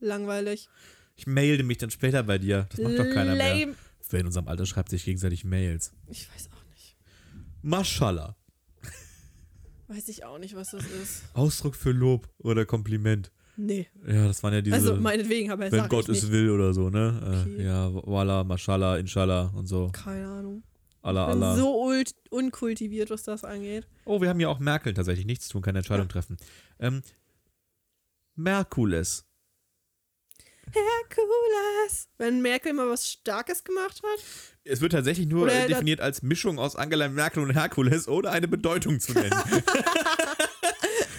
Langweilig.
Ich melde mich dann später bei dir. Das macht doch keiner mehr.
Lame.
Wer in unserem Alter schreibt sich gegenseitig Mails?
Ich weiß auch nicht.
Maschallah.
Weiß ich auch nicht, was das ist.
Ausdruck für Lob oder Kompliment.
Nee.
Ja, das waren ja diese.
also meinetwegen, aber
wenn
sag
Gott
ich
es
nicht.
will oder so, ne? Äh,
Okay.
ja, Walla, Mashallah, Inshallah und so.
Keine Ahnung.
Allah,
Bin
Allah.
so ult unkultiviert, was das angeht.
Oh, wir haben ja auch Merkel tatsächlich nichts tun, keine Entscheidung treffen. Ähm, Merkules.
Herkules. Wenn Merkel mal was Starkes gemacht hat.
Es wird tatsächlich nur
Oder
äh,
das-
definiert als Mischung aus Angela Merkel und Herkules, ohne eine Bedeutung zu nennen.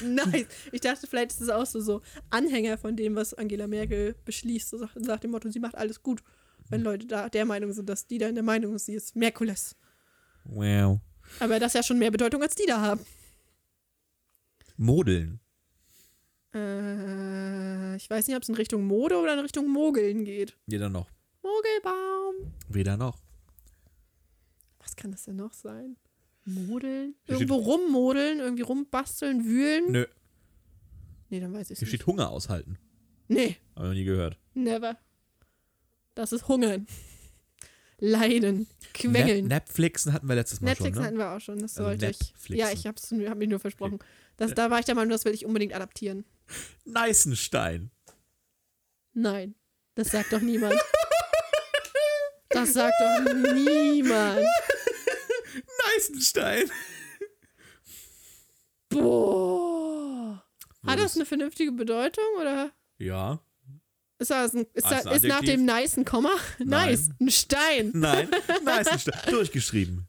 Nice. Ich dachte, vielleicht ist es auch so, so Anhänger von dem, was Angela Merkel beschließt. So nach- nach dem Motto, sie macht alles gut. Wenn Leute da der Meinung sind, dass die da in der Meinung ist, sie ist Merkules.
wow.
Aber das ja schon mehr Bedeutung, als die da haben.
Modeln.
Äh, ich weiß nicht, ob es in Richtung Mode oder in Richtung Mogeln geht.
Weder noch.
Mogelbaum.
Weder noch.
Was kann das denn noch sein? Modeln?
Hier
Irgendwo rummodeln, irgendwie rumbasteln, wühlen?
Nö,
Nee, dann weiß ich
hier
nicht.
steht Hunger aushalten.
Nee,
Hab ich noch nie gehört.
never. Das ist Hungern. Leiden. Quengeln.
Net Netflixen hatten wir letztes Mal
Netflix
Ne- schon, ne?
hatten wir auch schon, das
Also
sollte ich.
Netflixen.
Ja, ich hab's hab mich nur versprochen. Das, da war ich der Meinung, das will ich unbedingt adaptieren.
Neißenstein.
Nein, das sagt doch niemand. Das sagt doch niemand.
Neißenstein.
Boah. Hat das eine vernünftige Bedeutung oder
Ja.
ist das ein, ist,
Ah, ist
da,
ein
ist nach
Adjektiv?
dem nice ein Komma?
Nein.
Nice, ein Stein.
Nein, Neißenstein. Durchgeschrieben.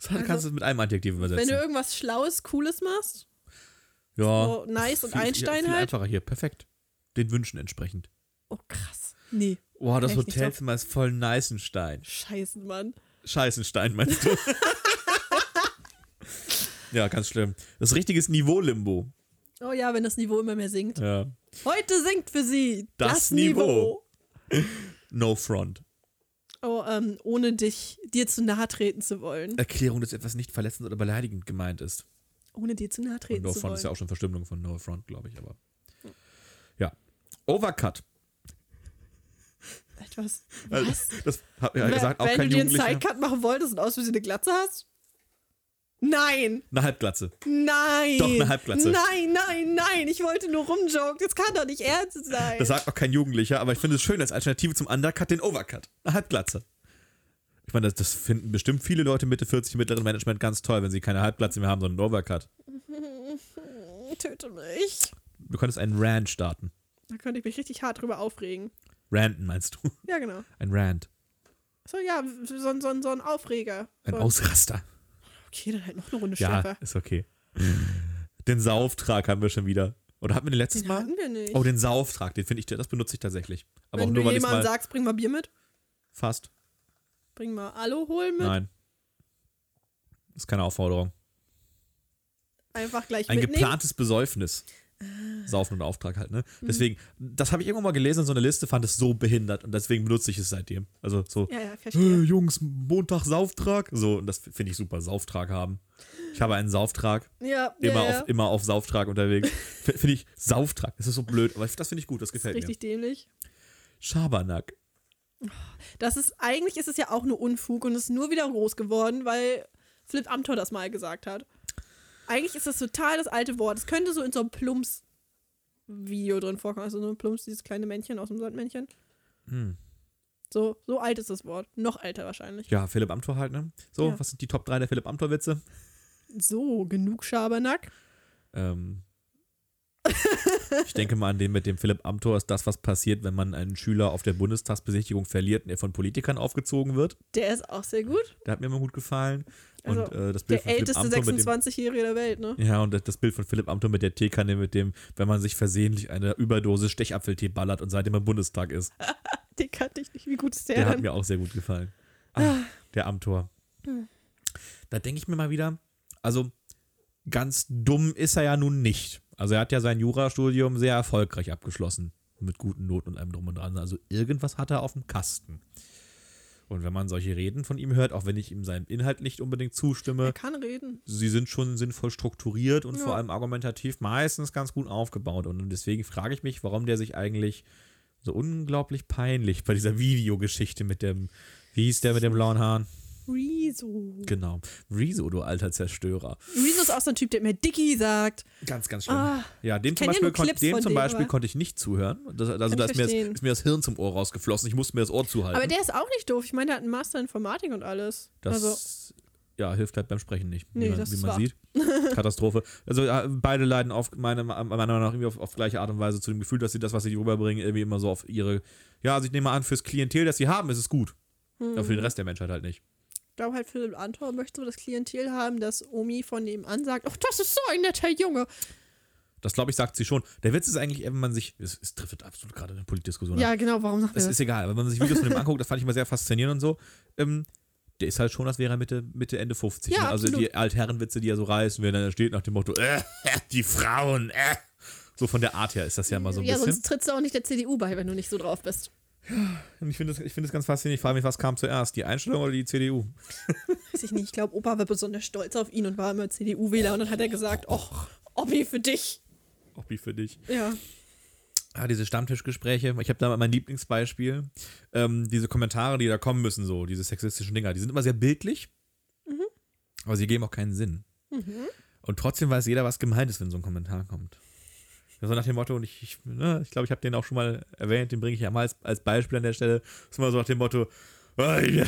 Das hat- kannst du mit einem Adjektiv
Also, Wenn du
übersetzen.
irgendwas Schlaues, Cooles machst,
ja.
so nice und
Oh. viel,
Einstein
viel
halt.
einfacher hier. Perfekt. Den Wünschen entsprechend.
Oh krass. Nee,
Boah, das
Echt nicht
Hotelzimmer ist voll Neißenstein.
scheiße, Mann.
Scheißenstein meinst du? ja, ganz schlimm. Das richtige ist Niveau-Limbo.
Oh ja, wenn das Niveau immer mehr sinkt.
Ja.
Heute sinkt für sie das,
Das
Niveau.
Niveau. No front.
Oh, ähm, ohne dich dir zu nahe treten zu wollen.
Erklärung, dass etwas nicht verletzend oder beleidigend gemeint ist.
Ohne dir zu nahe
Und
treten
no
zu
front
wollen.
ist ja auch schon Verstümmelung von No front, glaube ich, aber. Ja. Overcut.
Etwas.
Also,
Was?
Das hat ja
Wenn-
gesagt, auch
wenn
kein
du dir einen
Jugendlicher.
Sidecut machen wolltest und aus Versehen eine Glatze hast? Nein,
Eine Halbglatze.
nein.
Doch, eine Halbglatze.
Nein, nein, nein. Ich wollte nur rumjoken. Das kann doch nicht ernst sein.
Das sagt auch kein Jugendlicher, aber ich finde es schön, als Alternative zum Undercut den Overcut. Eine Halbglatze. Ich meine, das, das finden bestimmt viele Leute Mitte 40 im mittleren Management ganz toll, wenn sie keine Halbglatze mehr haben, sondern einen Overcut.
Töte mich.
Du könntest einen Rant starten.
Da könnte ich mich richtig hart drüber aufregen.
Ranten meinst du?
Ja, genau.
Ein Rant.
So, ja, so, ein- so, ein- so ein Aufreger.
Ein
so.
Ausraster.
Okay, dann halt noch eine Runde
Ja,
schärfer.
ist okay. Den Sauauftrag haben wir schon wieder. Oder hatten wir den letztes
Den
Mal?
hatten wir nicht.
Oh, den Sauauftrag, den finde ich, das benutze ich tatsächlich. Aber auch
Wenn
nur,
du
weil ich
jemandem
mal
sagst, bring mal Bier mit,
fast.
bring mal Aluhol mit,
Nein. Ist keine Aufforderung.
einfach gleich
Ein
mitnehmen.
geplantes Besäufnis.
Ah.
Saufen und Auftrag halt, ne?
Hm.
Deswegen, das habe ich irgendwann mal gelesen, so eine Liste fand es so behindert und deswegen benutze ich es seitdem. Also so,
Ja, ja, verstehe.
äh, Jungs, Montag Sauftrag. So, und das f- finde ich super, Sauftrag haben. Ich habe einen Sauftrag,
Ja,
immer,
ja, ja.
Auf, immer auf Sauftrag unterwegs. F- finde ich, Sauftrag, das ist so blöd, aber das finde ich gut, das
Das ist
gefällt mir.
richtig dämlich.
Schabernack.
Das ist, eigentlich ist es ja auch nur Unfug und ist nur wieder groß geworden, weil Flip Amthor das mal gesagt hat. Eigentlich ist das total das alte Wort. Es könnte so in so einem Plumps-Video drin vorkommen. Also so ein Plumps, dieses kleine Männchen aus dem Sandmännchen.
Hm.
So, so alt ist das Wort. Noch älter wahrscheinlich.
Ja, Philipp Amthor halt, ne? So,
Ja.
was sind die Top 3 der Philipp Amthor-Witze?
So, genug Schabernack.
Ähm, ich denke mal an den mit dem Philipp Amthor ist das, was passiert, wenn man einen Schüler auf der Bundestagsbesichtigung verliert und er von Politikern aufgezogen wird.
Der ist auch sehr gut.
Der hat mir immer gut gefallen. Und
Also,
äh, das Bild
Der
von Philipp
älteste
Amthor mit dem
26-Jährige der Welt, ne?
ja, und das- das Bild von Philipp Amthor mit der Teekanne, mit dem, wenn man sich versehentlich eine Überdosis Stechapfeltee ballert und seitdem im Bundestag ist.
Den kannte ich nicht. Wie gut ist der,
Der hat
denn?
mir auch sehr gut gefallen. Ah, der Amtor.
Hm.
Da denke ich mir mal wieder, also ganz dumm ist er ja nun nicht. Also er hat ja sein Jurastudium sehr erfolgreich abgeschlossen. Mit guten Noten und einem Drum und Dran. Also irgendwas hat er auf dem Kasten. Und wenn man solche Reden von ihm hört, auch wenn ich ihm seinem Inhalt nicht unbedingt
Er
zustimme,
kann reden.
sie sind schon sinnvoll strukturiert und
Ja.
vor allem argumentativ meistens ganz gut aufgebaut. Und deswegen frage ich mich, warum der sich eigentlich so unglaublich peinlich bei dieser Videogeschichte mit dem, wie hieß der mit dem blauen Haaren?
Rezo.
Genau. Rezo, du alter Zerstörer.
Rezo ist auch so ein Typ, der immer Dicky sagt.
Ganz, ganz schlimm.
Ah,
ja, dem
kenn
zum
ja
Beispiel,
nur
kon
Clips
dem
von
zum
dem,
Beispiel
aber-
konnte ich nicht zuhören. Das, also
ich
da ist mir, das,
verstehen.
ist mir das Hirn zum Ohr rausgeflossen. Ich musste mir das Ohr zuhalten.
aber der ist auch nicht doof. Ich meine, der hat einen Master in Informatik und alles.
das
also,
ja, hilft halt beim Sprechen nicht, wie
Nee,
man,
das
wie
ist
man
wahr.
sieht. Katastrophe. Also ja, beide leiden auf meine, meiner Meinung nach irgendwie auf, auf gleiche Art und Weise zu dem Gefühl, dass sie das, was sie rüberbringen, irgendwie immer so auf ihre, ja, also ich nehme an, fürs Klientel, das sie haben, ist es gut.
Hm.
Aber für den Rest der Menschheit halt nicht.
ich glaube halt, Philipp Antor möchte so das Klientel haben, dass Omi von nebenan sagt: Ach, das ist so ein netter Junge.
Das glaube ich, sagt sie schon. Der Witz ist eigentlich, eher, wenn man sich, es, es trifft absolut gerade eine Politdiskussion ab.
Ja, genau, warum sagt er
Es
das?
ist egal, aber wenn man sich Videos von dem anguckt, das fand ich mal sehr faszinierend und so. Ähm, der ist halt schon, als wäre er Mitte, Mitte Ende 50.
Ja,
ne? Also
absolut.
die Altherrenwitze, die er so reißt, wenn er da steht nach dem Motto, äh, die Frauen, äh. So von der Art her ist das ja immer so ein
ja,
bisschen.
sonst trittst du auch nicht der CDU bei, wenn du nicht so drauf bist.
Und ich finde das, ich find das ganz faszinierend. Ich frage mich, was kam zuerst? Die Einstellung oder die CDU?
Weiß ich nicht. Ich glaube, Opa war besonders stolz auf ihn und war immer CDU-Wähler. Und dann hat er gesagt: Och, Obi für dich.
Hobby für dich.
Ja.
Ah, diese Stammtischgespräche. Ich habe da mein Lieblingsbeispiel. Ähm, diese Kommentare, die da kommen müssen, so, diese sexistischen Dinger, die sind immer sehr bildlich, aber sie geben auch keinen Sinn.
Mhm.
Und trotzdem weiß jeder, was gemeint ist, wenn so ein Kommentar kommt. So nach dem Motto, und ich, ich, ne, ich glaube, ich habe den auch schon mal erwähnt, den bringe ich ja mal als, als Beispiel an der Stelle. Ist immer so nach dem Motto, "Ey,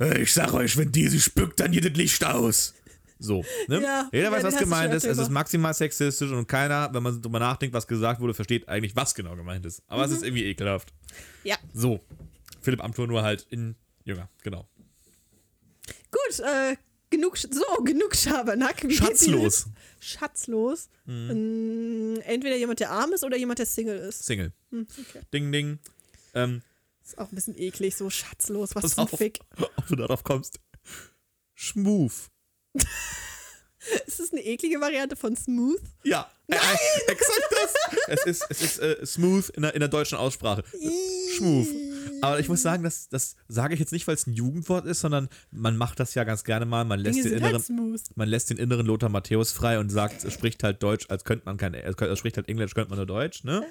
ich sag euch, wenn die sie spückt, dann geht das Licht aus. So, ne?
Ja,
Jeder
ja,
weiß,
den
was
hast du
gemeint
schon
ist. Es
öfter
ist maximal sexistisch und keiner, wenn man drüber nachdenkt, was gesagt wurde, versteht eigentlich, was genau gemeint ist. Aber
Mhm.
es ist irgendwie ekelhaft.
Ja.
So, Philipp Amthor nur halt in jünger, genau.
Gut, äh, genug, Sch- so, genug Schabernack. Wie geht's
Schatzlos. Mhm.
Ihnen? Schatzlos. Ähm, entweder jemand, der arm ist oder jemand, der Single ist.
Single.
Hm, okay.
Ding, ding. Ähm,
Ist auch ein bisschen eklig, so schatzlos. Was
pass
zum
auf,
Fick.
ob du darauf kommst. Schmuf.
Ist das eine eklige Variante von Smooth?
Ja. Nein! Äh, exakt das. Es ist, es ist äh, smooth in der, in der deutschen Aussprache. Schmuf. Aber ich muss sagen, das, das sage ich jetzt nicht, weil es ein Jugendwort ist, sondern man macht das ja ganz gerne mal. Man lässt
Dinge
den
sind
inneren,
halt smooth.
man lässt den inneren Lothar Matthäus frei und sagt, es spricht halt Deutsch, als könnte man kein, als könnte- es spricht halt Englisch, könnte man nur Deutsch, ne?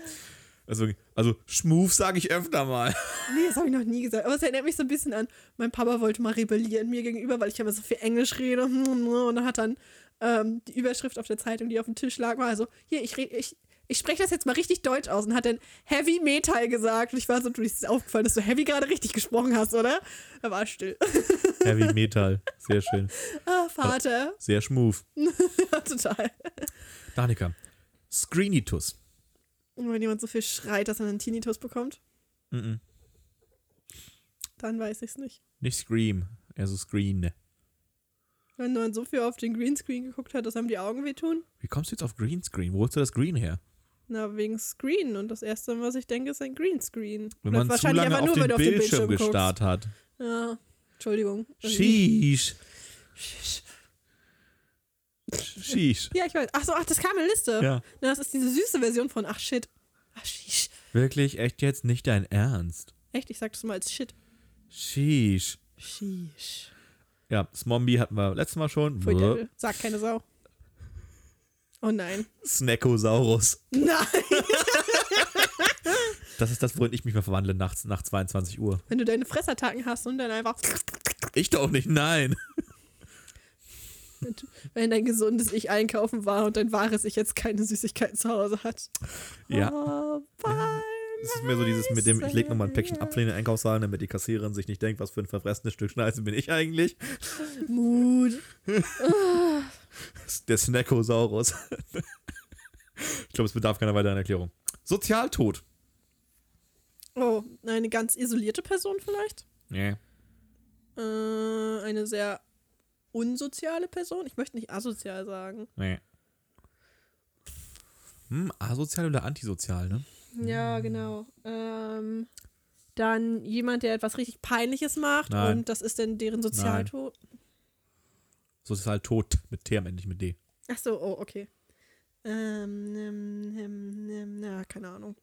Also, also Schmuf sage ich öfter mal.
Nee, das habe ich noch nie gesagt. Aber es erinnert mich so ein bisschen an, mein Papa wollte mal rebellieren mir gegenüber, weil ich ja immer so viel Englisch rede. Und dann hat dann ähm, die Überschrift auf der Zeitung, die auf dem Tisch lag, war also, hier, ich rede, ich, ich spreche das jetzt mal richtig deutsch aus und hat dann Heavy Metal gesagt. Und ich war so, du ist aufgefallen, dass du Heavy gerade richtig gesprochen hast, oder? Da war still.
Heavy Metal. Sehr schön.
Ah, Vater.
Sehr schmuf.
Total.
Danica. Screenitus.
Und wenn jemand so viel schreit, dass er einen Tinnitus bekommt,
Mhm.
dann weiß ich es nicht.
Nicht Scream, eher so Screen.
Wenn man so viel auf den Greenscreen geguckt hat, dass einem die Augen wehtun.
Wie kommst du jetzt auf Greenscreen? Wo holst du das Green her?
Na, wegen Screen. Und das Erste, was ich denke, ist ein Greenscreen.
Wenn
Oder
man zu lange auf den, Bildschirm, gestarrt hat.
guckst. Ja, Entschuldigung. Irgendwie-
Sheesh. Sheesh.
Ja, ich weiß. Ach so, ach, das kam in der Liste.
Ja.
Na, das ist diese süße Version von Ach, shit. Ach, sheesh.
Wirklich, echt jetzt nicht dein Ernst.
Echt, ich sag das mal als shit.
Sheesh.
Sheesh.
Ja, Smombie hatten wir letztes Mal schon.
Pfui,
Bäh.
Devil. Sag keine Sau. Oh nein.
Snackosaurus.
Nein.
Das ist das, worin ich mich mal verwandle nachts nach 22 Uhr.
Wenn du deine Fressattacken hast und dann einfach,
Ich doch nicht, nein.
wenn dein gesundes Ich einkaufen war und dein wahres Ich jetzt keine Süßigkeiten zu Hause hat.
Ja,
Oh, bye.
es ist mir so dieses mit dem, ich lege nochmal ein Päckchen Apfel in den Einkaufssaal, damit die Kassiererin sich nicht denkt, was für ein verfressenes Stück Scheiße bin ich eigentlich.
Mut.
Der Snackosaurus. ich glaube, es bedarf keiner weiteren Erklärung. Sozialtod.
Oh, eine ganz isolierte Person vielleicht?
Nee.
Äh, eine sehr unsoziale Person? Ich möchte nicht asozial sagen.
Nee. Hm, asozial oder antisozial, ne?
Ja, genau. Ähm, dann jemand, der etwas richtig Peinliches macht
Nein.
und das ist dann deren Sozialtod.
Sozialtod mit T am Ende, nicht mit D.
Ach so, oh, okay. Ähm, ähm, ähm, ähm, na, keine Ahnung.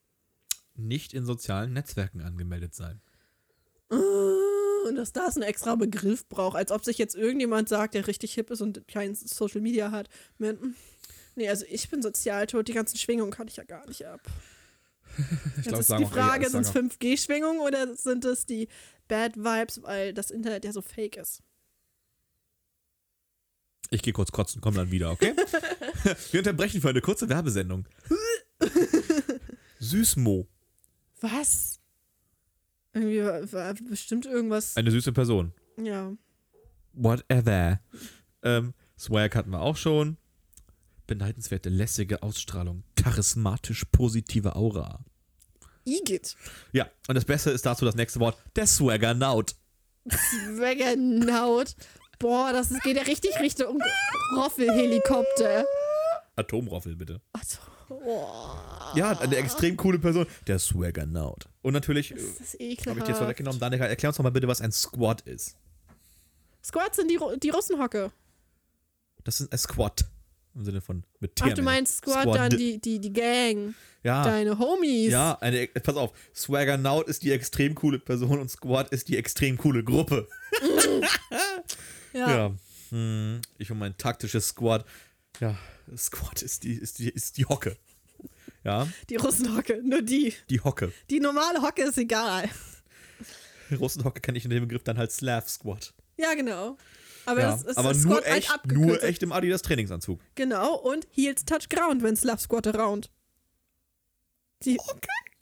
Nicht in sozialen Netzwerken angemeldet sein.
Äh, Und dass das einen extra Begriff braucht, als ob sich jetzt irgendjemand sagt, der richtig hip ist und kein Social Media hat. Man, mm. Nee, also ich bin sozialtot, die ganzen Schwingungen kann ich ja gar nicht ab.
Ich
Jetzt
glaub,
ist
sagen
die
auch eh-
Frage, sind
sagen
es
auch-
5G-Schwingungen oder sind es die Bad Vibes, weil das Internet ja so fake ist?
Ich gehe kurz kotzen, komm dann wieder, okay? Wir unterbrechen für eine kurze Werbesendung. Süßmo.
Was? Irgendwie war, war bestimmt irgendwas.
Eine süße Person.
Ja.
Whatever. Ähm, Swag hatten wir auch schon. Beneidenswerte, lässige Ausstrahlung. Charismatisch positive Aura.
Igitt.
Ja, und das Beste ist dazu das nächste Wort. Der Swaggernaut.
Swaggernaut. Boah, das ist, geht ja richtig Richtung Roffelhelikopter.
Atomroffel, bitte.
Also, boah.
Ja, eine extrem coole Person. Der Swaggernaut. Und natürlich,
Das ist
habe ich
ekelhaft.
dir jetzt was weggenommen. Danica, erklär uns doch mal bitte, was ein Squad ist.
Squats sind die, Ru die Russenhocke.
Das ist ein Squad. Im Sinne von mit
Ach, du
Tiermännern.
meinst Squad,
Squad.
dann die, die, die Gang,
ja,
deine Homies.
Ah. Ja, eine, pass auf, Swagger Naut ist die extrem coole Person und Squad ist die extrem coole Gruppe.
ja.
Ja. Hm, ich und mein taktisches Squad. Ja, Squad ist die, ist die, ist die Hocke. Ja,
Die Russenhocke, nur die.
die Hocke.
Die normale Hocke ist egal.
Russenhocke kann ich in dem Begriff dann halt Slav Squad.
Ja, genau. Aber
Ja,
das ist
aber
das
nur
Squad halt
echt,
abgekürzt.
nur echt im Adidas Trainingsanzug.
Genau, und Heels touch ground, wenn Slav Squat around. Die,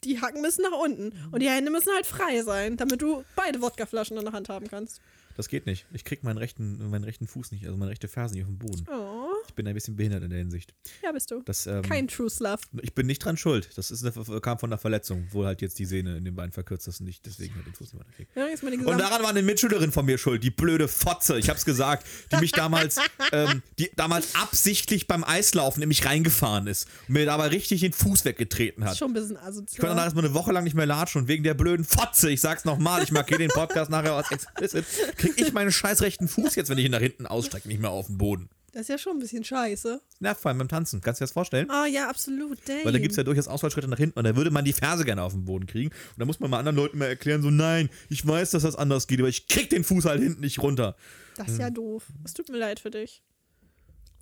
die Hacken müssen nach unten. Und die Hände müssen halt frei sein, damit du beide Wodkaflaschen in der Hand haben kannst.
Das geht nicht. Ich krieg meinen rechten, meinen rechten Fuß nicht, also meine rechte Ferse nicht auf den Boden.
Oh,
Ich bin ein bisschen behindert in der Hinsicht.
ja bist du.
Das, ähm,
Kein True Slav.
Ich bin nicht dran schuld. Das ist eine, kam von einer Verletzung, wo halt jetzt die Sehne in den Beinen verkürzt ist und ich deswegen halt den Fuß nicht weiterkriege.
Ja, jetzt mal die
Und
gesamte-
daran war eine Mitschülerin von mir schuld, die blöde Fotze, ich hab's gesagt, die mich damals, ähm, die damals absichtlich beim Eislaufen in mich reingefahren ist und mir dabei richtig den Fuß weggetreten
ist
hat.
schon ein bisschen
Ich konnte danach
asozial.
erstmal eine Woche lang nicht mehr latschen und wegen der blöden Fotze, ich sag's nochmal, ich markiere den Podcast nachher als explicit, krieg ich meinen scheiß rechten Fuß jetzt, wenn ich ihn nach hinten ausstrecke, nicht mehr auf den Boden.
Das ist ja schon ein bisschen scheiße.
Nervt vor allem beim Tanzen, kannst du dir das vorstellen?
Ah, ja, absolut. Dang.
Weil da halt- gibt es ja durchaus Ausfallschritte nach hinten und da würde man die Ferse gerne auf den Boden kriegen. Und da muss man mal anderen Leuten mal erklären, so nein, ich weiß, dass das anders geht, aber ich krieg den Fuß halt hinten nicht runter.
das
Hm.
ist ja doof. Es tut mir leid für dich.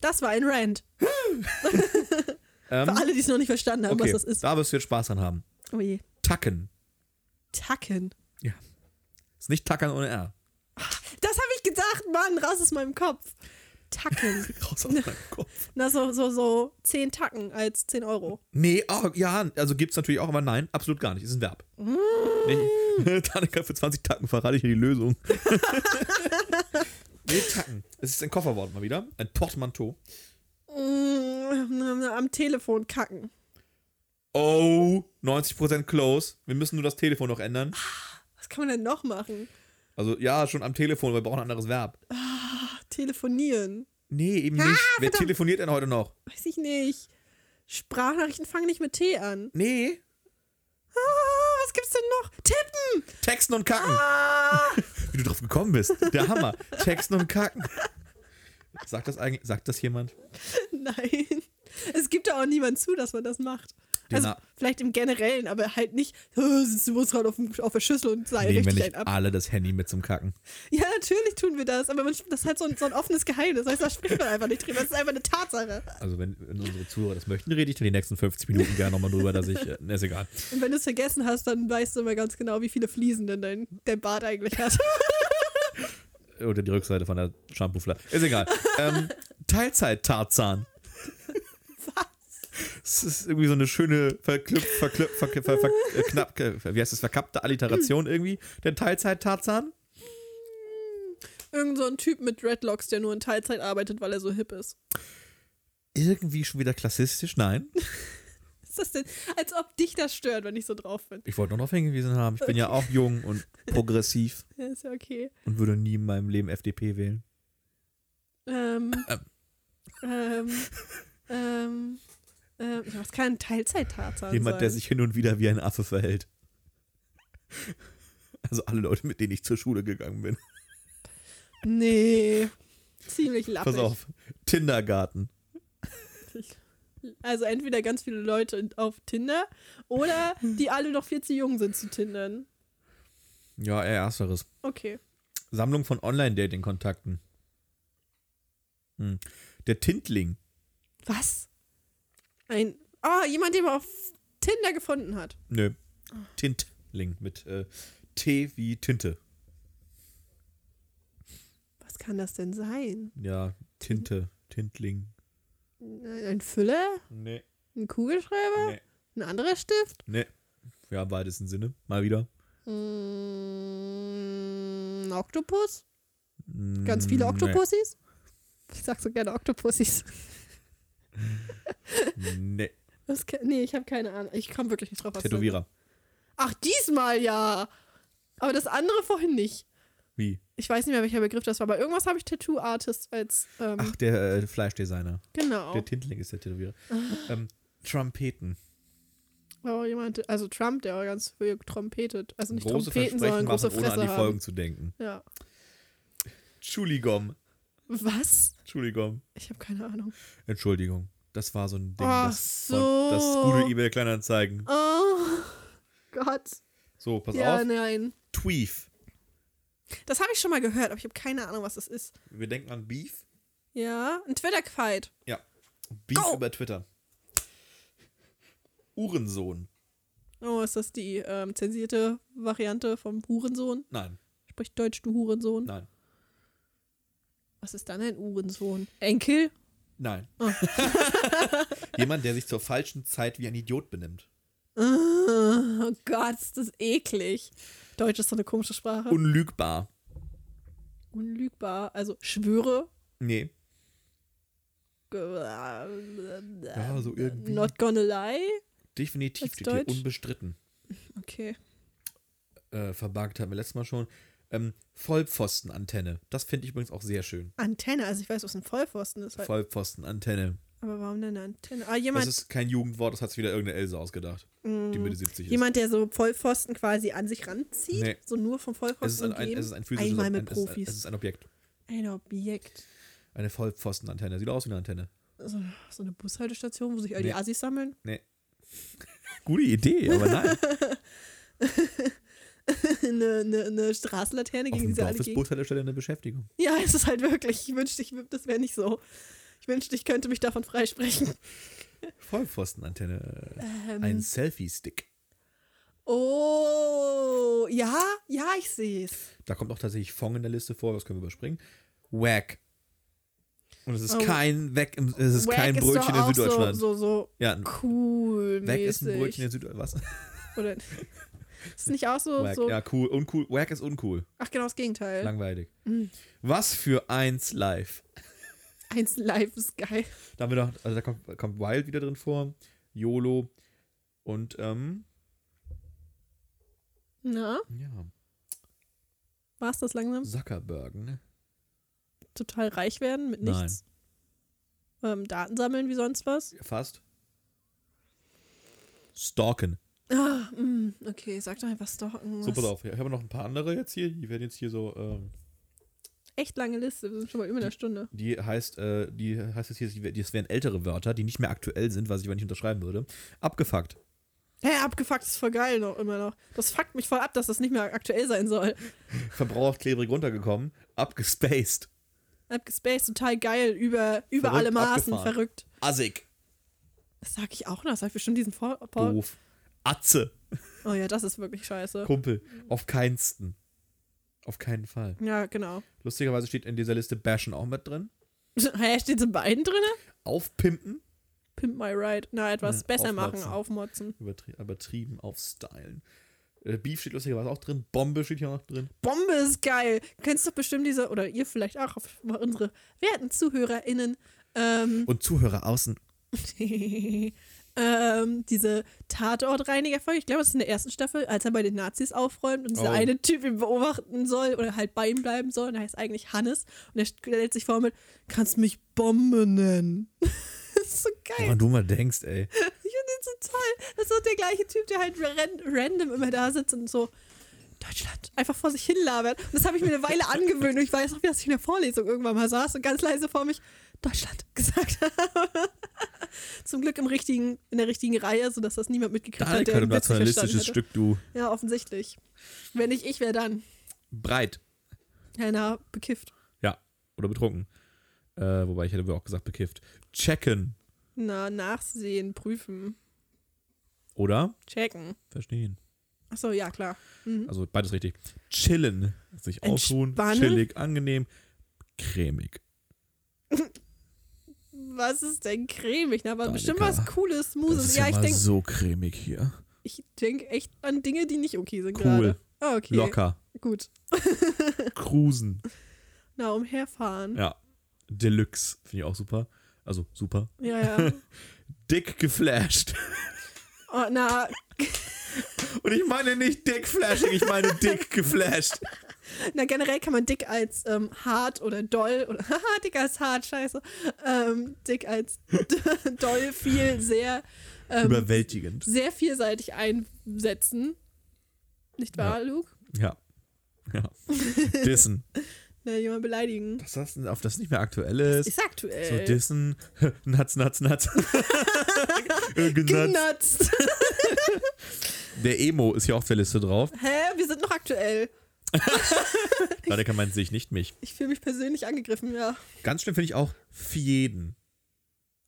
Das war ein Rant.
Ähm,
Für alle, die es noch nicht verstanden haben,
okay,
was das ist.
da wirst du jetzt Spaß dran haben.
Oh je.
Tacken.
Tacken.
Ist nicht Tackern ohne R.
Das habe ich gedacht, Mann, raus aus meinem Kopf. Tacken.
Raus aus meinem Kopf.
Na, so, so, so 10 Tacken als 10 Euro.
Nee, oh, ja, also gibt's natürlich auch, aber nein, absolut gar nicht. Ist ein Verb.
Mm.
Nee, Tanaka für 20 Tacken verrate ich dir die Lösung. nee, Tacken. Es ist ein Kofferwort mal wieder. Ein Portmanteau.
Mm, Am Telefon kacken.
Oh, 90% close. Wir müssen nur das Telefon noch ändern.
Was kann man denn noch machen?
Also ja, schon am Telefon, aber wir brauchen ein anderes Verb.
Ach, telefonieren.
Nee, eben
Ah,
nicht. Wer telefoniert denn heute noch?
Weiß ich nicht. Sprachnachrichten fangen nicht mit T an.
Nee.
Ah, was gibt's denn noch? Tippen!
Texten und Kacken.
Ah!
Wie du drauf gekommen bist. Der Hammer. Texten und Kacken. Sagt das eigentlich, sagt das jemand?
Nein. Es gibt da auch niemand zu, dass man das macht.
Den
also,
Na-
vielleicht im Generellen, aber halt nicht, "Oh, sitzt du uns gerade auf, dem- auf der Schüssel und sei
Nehmen wir
richtig ein
nicht
ab.
alle das Handy mit zum Kacken.
Ja, natürlich tun wir das, aber man, das ist halt so ein, so ein offenes Geheimnis. Das heißt, da spricht man einfach nicht drüber. Das ist einfach eine Tatsache.
Also wenn, wenn unsere Zuhörer das möchten, rede ich dann die nächsten 50 Minuten gerne nochmal drüber, dass ich, äh, ne, ist egal.
Und wenn du es vergessen hast, dann weißt du immer ganz genau, wie viele Fliesen denn dein, dein Bart eigentlich hat.
Oder die Rückseite von der Shampooflasche. Ist egal. Ähm, Teilzeit-Tarzan. Es ist irgendwie so eine schöne verklüpf, verklüpf, verklüpf, ver, ver, äh, knapp, äh, wie heißt das, verkappte
Hm.
Alliteration irgendwie. Der Teilzeit-Tarzan.
Irgend so ein Typ mit Dreadlocks, der nur in Teilzeit arbeitet, weil er so hip ist.
Irgendwie schon wieder klassistisch, nein.
Ist das denn, als ob dich das stört, wenn ich so drauf bin?
Ich wollte nur darauf hingewiesen haben, ich bin ja auch jung und progressiv
Ja, ist ja okay.
und würde nie in meinem Leben FDP wählen. Äh,
Ähm. ähm. Ähm. ähm ja, was kann ein Teilzeit-Tarzan
Jemand,
sein?
der sich hin und wieder wie ein Affe verhält. Also alle Leute, mit denen ich zur Schule gegangen bin.
Nee. Ziemlich lappig.
Pass auf. Kindergarten.
Also entweder ganz viele Leute auf Tinder oder die alle noch viel zu jung sind zu Tindern.
Ja, eher ersteres.
Okay.
Sammlung von Online-Dating-Kontakten. Hm. Der Tintling.
Was? Ein. Ah, jemand, den man auf Tinder gefunden hat.
Nö. Tintling mit äh, T wie Tinte.
Was kann das denn sein?
Ja, Tinte. Tintling.
Ein Füller?
Nee,
Ein Kugelschreiber?
nee,
Ein anderer Stift?
nee. Ja, im weitesten Sinne. Mal wieder.
Mm, Ein Oktopus?
Hm,
Ganz viele
nee.
Oktopussis? Ich sag so gerne Oktopussis.
Nee.
Das kann, nee, ich habe keine Ahnung. Ich komme wirklich nicht drauf. was das
Tätowierer.
ist. Ach, diesmal ja. Aber das andere vorhin nicht.
Wie?
ich weiß nicht mehr, welcher Begriff das war, aber irgendwas habe ich Tattoo Artist als ähm,
Ach, der äh, Fleischdesigner.
genau.
Der Tintling ist der Tätowierer.
Ah.
ähm, Trompeten.
Aber jemand, also Trump, der ganz viel trompetet, also nicht
große
Trompeten, sondern
Versprechen machen,
große
ohne an
Fresse
die
haben.
Folgen zu denken.
Ja.
Chuligom.
Was?
Entschuldigung.
Ich habe keine Ahnung.
Entschuldigung. Das war so ein Ding.
Ach
das,
so.
war das gute Ebay-Kleinanzeigen.
Oh Gott.
So, pass
ja, ne.
auf.
nein.
Tweef.
Das habe ich schon mal gehört, aber ich habe keine Ahnung, was das ist.
Wir denken an Beef.
Ja, ein Twitter-Fight.
Ja. Beef
Go.
über Twitter. Uhrensohn.
Oh, ist das die ähm, zensierte Variante vom Hurensohn?
Nein,
Sprich Deutsch, du Hurensohn.
nein,
Was ist dann ein Uhrensohn? Enkel?
nein.
Oh.
Jemand, der sich zur falschen Zeit wie ein Idiot benimmt.
Oh Gott, ist das eklig. Deutsch ist so eine komische Sprache.
Unlügbar.
Unlügbar. Also schwöre.
Nee.
Ja,
so irgendwie.
Not gonna lie.
Definitiv
Als
steht hier
Deutsch?
unbestritten.
Okay.
Äh, verbargt hatten wir letztes Mal schon. Ähm, Vollpfostenantenne. Das finde ich übrigens auch sehr schön.
Antenne, also ich weiß, was ein Vollpfosten ist. Halt.
Vollpfostenantenne.
Aber warum denn eine Antenne? Ah,
Das
jemand, Mm.
ist kein Jugendwort, das hat sich wieder irgendeine Else ausgedacht. Die Mitte 70 ist.
jemand, der so Vollpfosten quasi an sich ranzieht.
Nee.
So nur vom
Es ist
Vollpfosten
ein, ein,
umgeben.
es ist ein physisches
Einmal
ein,
mit
es ist, ein-
Profis.
Es ist ein Objekt.
Ein Objekt.
Eine Vollpfostenantenne. Sieht aus wie eine Antenne.
So, so eine Bushaltestation, wo sich all die
Nee.
Assis sammeln.
Gute Idee, aber nein.
eine, eine, eine Straßenlaterne
Auf
gegen
dem
diese
Dorf
alle
ist
gegen.
Bushaltestelle eine Beschäftigung.
Ja, es ist halt wirklich. Ich wünschte, ich, das wäre nicht so. Ich wünschte, ich könnte mich davon freisprechen.
Vollpfostenantenne.
Ähm,
Ein Selfie-Stick.
Oh, ja, ja, ich sehe es.
Da kommt auch tatsächlich Fong in der Liste vor, das können wir überspringen. Whack. Und es ist
Oh.
kein Weg, im- es ist kein Brötchen in Süddeutschland.
So, so,
ja, ein
so cool.
Whack ist ein
mäßig.
Brötchen in Süddeutschland. Was?
Oder, ist nicht auch so,
Whack,
so.
ja, cool. Uncool. Whack ist uncool.
Ach, genau das Gegenteil.
Langweilig. Was für eins live.
Eins live ist geil.
Da, haben wir noch, also da kommt, kommt Wild wieder drin vor. YOLO. Und, ähm,
Na,
ja,
war's das langsam?
Zuckerberg, ne?
Total reich werden mit
Nein.
nichts? Ähm, Daten sammeln wie sonst was?
Fast. Stalken.
Ah, mm, okay, sag doch einfach stalken.
So,
was-
pass auf. Ich habe noch ein paar andere jetzt hier. Die werden jetzt hier so, ähm,
Echt lange Liste, wir sind schon mal
Hm.
über einer Stunde.
Die heißt, äh, die heißt jetzt hier, das wären ältere Wörter, die nicht mehr aktuell sind, was ich aber nicht unterschreiben würde. Abgefuckt.
Hä, abgefuckt ist voll geil noch immer noch. Das fuckt mich voll ab, dass das nicht mehr aktuell sein soll.
Verbraucht klebrig runtergekommen. Abgespaced.
Abgespaced, total geil, über, über
Verrückt,
alle Maßen,
abgefahren.
verrückt.
Assig.
Das sag ich auch noch, das hab ich bestimmt diesen Vor Vor
Doof. Atze.
Oh ja, das ist wirklich scheiße.
Kumpel. Auf keinsten. Auf keinen Fall.
Ja, genau.
Lustigerweise steht in dieser Liste Bashen auch mit drin.
Hä, steht's in beiden drin?
Aufpimpen.
Pimp my ride. Na, etwas
Hm,
besser machen,
aufmotzen.
aufmotzen.
Übertrie übertrieben auf Stylen. Äh, Beef steht lustigerweise auch drin. Bombe steht hier auch noch drin.
Bombe ist geil. Du kennst doch bestimmt diese, oder ihr vielleicht auch, auf unsere werten ZuhörerInnen. Ähm,
Und Zuhörer außen.
ähm, diese Tatortreiniger-Folge, ich glaube, das ist in der ersten Staffel, als er bei den Nazis aufräumt und dieser
Oh.
eine Typ ihn beobachten soll oder halt bei ihm bleiben soll und er heißt eigentlich Hannes und er stellt sich vor mit, kannst mich Bombe nennen. das ist so geil.
Woran du mal denkst, ey.
Ich finde den so toll. Das ist so der gleiche Typ, der halt ran random immer da sitzt und so Deutschland einfach vor sich hin labert. Und das habe ich mir eine Weile angewöhnt und ich weiß noch, dass ich in der Vorlesung irgendwann mal saß und ganz leise vor mich Deutschland gesagt habe. Zum Glück im richtigen, in der richtigen Reihe, sodass das niemand mitgekriegt hat, der
Dahlke,
den
du
Witz nicht verstanden
nationalistisches
hätte.
Stück, du.
Ja, offensichtlich. Wenn nicht ich, wer dann?
Breit.
Einer bekifft.
Ja, oder betrunken. Äh, wobei ich hätte wohl auch gesagt bekifft. Checken,
Na, nachsehen, prüfen,
oder?
checken.
Verstehen.
Achso, ja, klar. Mhm.
Also beides richtig. Chillen. Sich ausruhen,
Entspannen.
chillig, angenehm, cremig.
Was ist denn cremig? Na, aber
Deine
bestimmt
Kammer.
was Cooles, Smoothes. Ja, ich denke,
so cremig hier.
Ich denke echt an Dinge, die nicht okay sind
Cool.
gerade. Ah, okay.
Locker.
Gut.
Cruisen.
Na, umherfahren.
Ja. Deluxe. Finde ich auch super. Also super.
Ja, ja.
Dick geflasht.
Oh, na,
Und ich meine nicht dick flashing, ich meine dick geflasht.
na, generell kann man dick als ähm, hart oder doll oder haha, dick als hart, scheiße. Ähm, dick als doll viel, sehr, ähm,
Überwältigend.
sehr vielseitig einsetzen. Nicht wahr, Luke?
Ja. Ja. Dissen.
ne, jemand beleidigen.
Dass das auf das nicht mehr aktuell ist.
Ist äh, aktuell.
so dissen. Nuts, nuts, nuts. Genutzt.
Genutzt.
Der Emo ist hier auf der Liste drauf.
Hä? Wir sind noch aktuell.
Leider kann man sich nicht mich.
Ich fühle mich persönlich angegriffen, ja.
Ganz schlimm finde ich auch für jeden.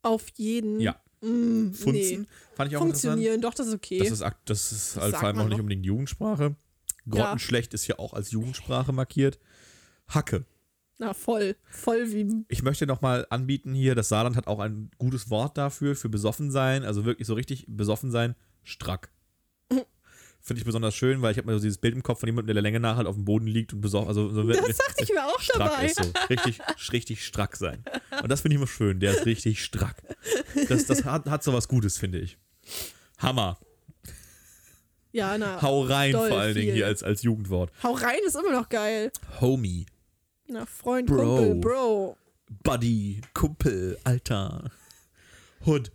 Auf jeden.
Ja.
Mm,
Funzen
nee.
fand ich auch interessant.
Funktionieren, doch, das ist okay.
Das ist, ak- das ist halt
sagt
vor allem
man
auch nicht
noch.
unbedingt Jugendsprache. Grottenschlecht ist hier auch als Jugendsprache markiert. Hacke.
Na, voll. Voll wie.
Ich möchte nochmal anbieten hier, das Saarland hat auch ein gutes Wort dafür, für besoffen sein, also wirklich so richtig besoffen sein, strack. Finde ich besonders schön, weil ich habe mir so dieses Bild im Kopf von jemandem, der der Länge nach halt auf dem Boden liegt und besoffen, also so
Das dachte ich mir auch
strack
dabei.
ist so. Richtig, richtig strack sein. Und das finde ich immer schön, der ist richtig strack. Das, das hat, hat so was Gutes, finde ich. Hammer.
Ja, na. Hau,
Hau rein
Doll
vor allen Dingen
viel.
hier als, als Jugendwort.
rein ist immer noch geil.
Homie,
Na, Freund,
Bro.
Kumpel, Bro.
Buddy, Kumpel, Alter, Hood,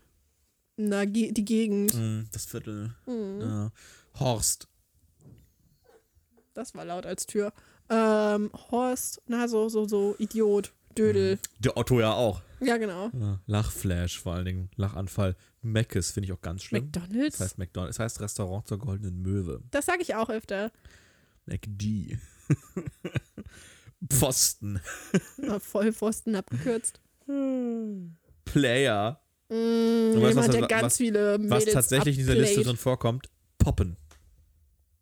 Na, ge die Gegend.
Mm, das Viertel,
Mm.
Ja. Horst,
Das war laut als Tür. Ähm, Horst, na, so, so, so, Idiot, Dödel.
der Otto ja auch.
Ja, genau.
Ja, Lachflash vor allen Dingen, Lachanfall. Meckes finde ich auch ganz schlimm.
McDonalds?
das heißt McDonald's, das heißt Restaurant zur goldenen Möwe.
Das sage ich auch öfter.
McD. Pfosten.
Na, Vollpfosten abgekürzt.
Player.
Mm,
Du weißt,
jemand,
was das-
der ganz
was-
viele
Was
Mädels
tatsächlich in dieser Liste
abplayt.
drin vorkommt, Poppen.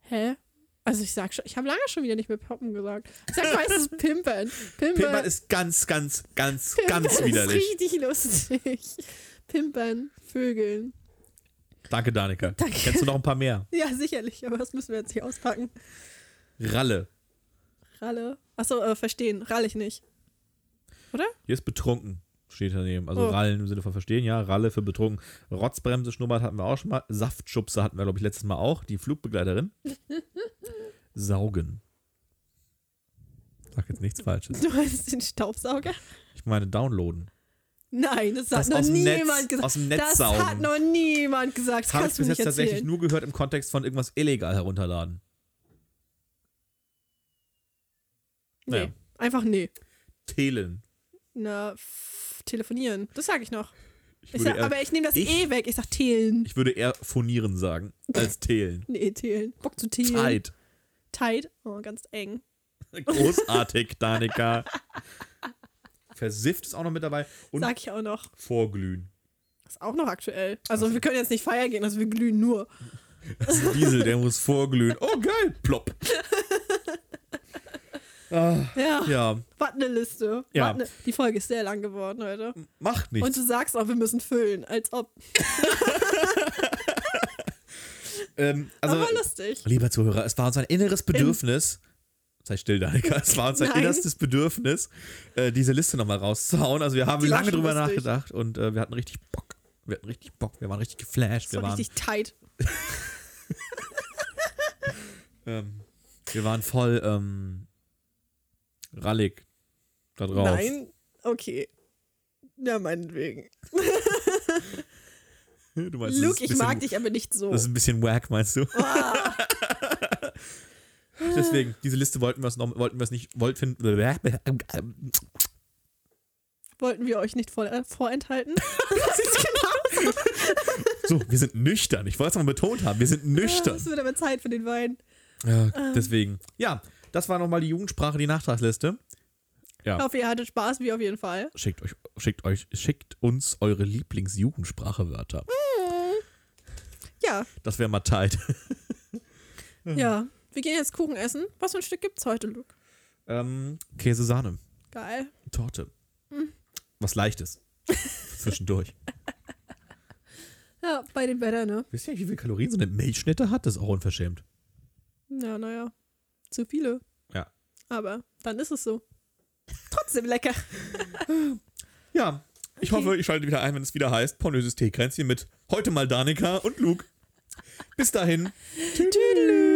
Hä? Also ich sag schon, ich habe lange schon wieder nicht mehr Poppen gesagt. Ich sag meistens Pimpern. Pimpern,
Pimpern ist ganz, ganz, ganz,
Pimpern
ganz widerlich.
ist richtig lustig. Pimpern, Vögeln.
Danke, Danica.
Danke.
Kennst du noch ein paar mehr?
Ja, sicherlich, aber das müssen wir jetzt nicht auspacken.
Ralle.
Ralle. Achso, äh, verstehen. Ralle ich nicht.
Hier ist betrunken, steht daneben. Also
Oh.
Rallen im Sinne von verstehen, ja. Ralle für betrunken. Rotzbremse schnuppert hatten wir auch schon mal. Saftschubse hatten wir, glaube ich, letztes Mal auch. Die Flugbegleiterin. Saugen. Sag jetzt nichts Falsches.
Du meinst den Staubsauger?
Ich meine, downloaden.
Nein, das hat
Das
noch
aus dem
nie
Netz-
jemand gesagt.
aus dem Netz
das
saugen.
hat noch niemand gesagt. Das
Habe ich
kannst du
bis
mir
jetzt
nicht
tatsächlich
erzählen.
nur gehört im Kontext von irgendwas illegal herunterladen.
Nee.
Naja.
Einfach nee.
Telen.
Na, f- telefonieren. Das sage ich noch.
Ich
Ich
würde,
sag,
eher,
aber ich nehme das
ich-
eh weg. Ich sag Telen.
ich würde eher phonieren sagen als telen.
Nee, Telen. Bock zu Telen.
Zeit.
Tight. Oh, ganz eng.
Großartig, Danica. Versifft ist auch noch mit dabei. Und
Sag ich auch noch.
vorglühen.
Ist auch noch aktuell. Also wir können jetzt nicht feiern gehen, also wir glühen nur.
Also Diesel, der muss vorglühen. Oh, geil. Plopp. Ah,
Ja,
ja,
was eine Liste.
Ja.
Wat ne- Die Folge ist sehr lang geworden heute.
macht nichts.
Und du sagst auch, wir müssen füllen, als ob.
ähm, also,
Aber lustig.
Lieber Zuhörer, es war uns ein inneres Bedürfnis. Sei still, Danica. Es war uns ein
Nein.
innerstes Bedürfnis, äh, diese Liste nochmal rauszuhauen. Also wir haben
Die war
lange
schon
drüber
lustig.
nachgedacht und äh, wir hatten richtig Bock. Wir hatten richtig Bock. Wir waren richtig geflasht.
Das
Wir
war
waren,
richtig tight.
ähm, wir waren voll ähm, rallig da drauf.
Nein? Okay. Ja, meinetwegen.
Du meinst, das ist
Luke,
ein
ich
bisschen-
mag dich aber nicht so.
Das ist ein bisschen wack, meinst du?
Ah,
Deswegen, diese Liste wollten wir es noch, wollten wir es nicht, wollten finden.
wollten wir euch nicht vor, äh, vorenthalten? das ist genau
So, wir sind nüchtern. Ich wollte es nochmal betont haben. Wir sind nüchtern.
Es wird aber Zeit für den Wein. Ähm.
Ja, deswegen. Ja, das war nochmal die Jugendsprache, die Nachtragsliste.
Ich
Ja.
hoffe, ihr hattet Spaß, wie auf jeden Fall.
Schickt euch, schickt euch, schickt uns eure Lieblingsjugendsprachewörter.
Ja,
Das wäre mal tight.
ja. Wir gehen jetzt Kuchen essen. Was für ein Stück gibt's heute, Luke?
Ähm, Käse, Sahne,
Geil.
Torte. Was leichtes. Zwischendurch.
Ja, bei dem Wetter, ne?
Wisst ihr eigentlich, wie viele Kalorien so eine Milchschnitte hat? Das ist auch unverschämt.
Ja, naja. Zu viele.
Ja.
Aber dann ist es so. Trotzdem lecker.
Ja, ich
Okay.
hoffe, ihr schaltet wieder ein, wenn es wieder heißt Pornöses Teekränzchen mit heute mal Danica und Luke. Bis dahin.
Tüdelü.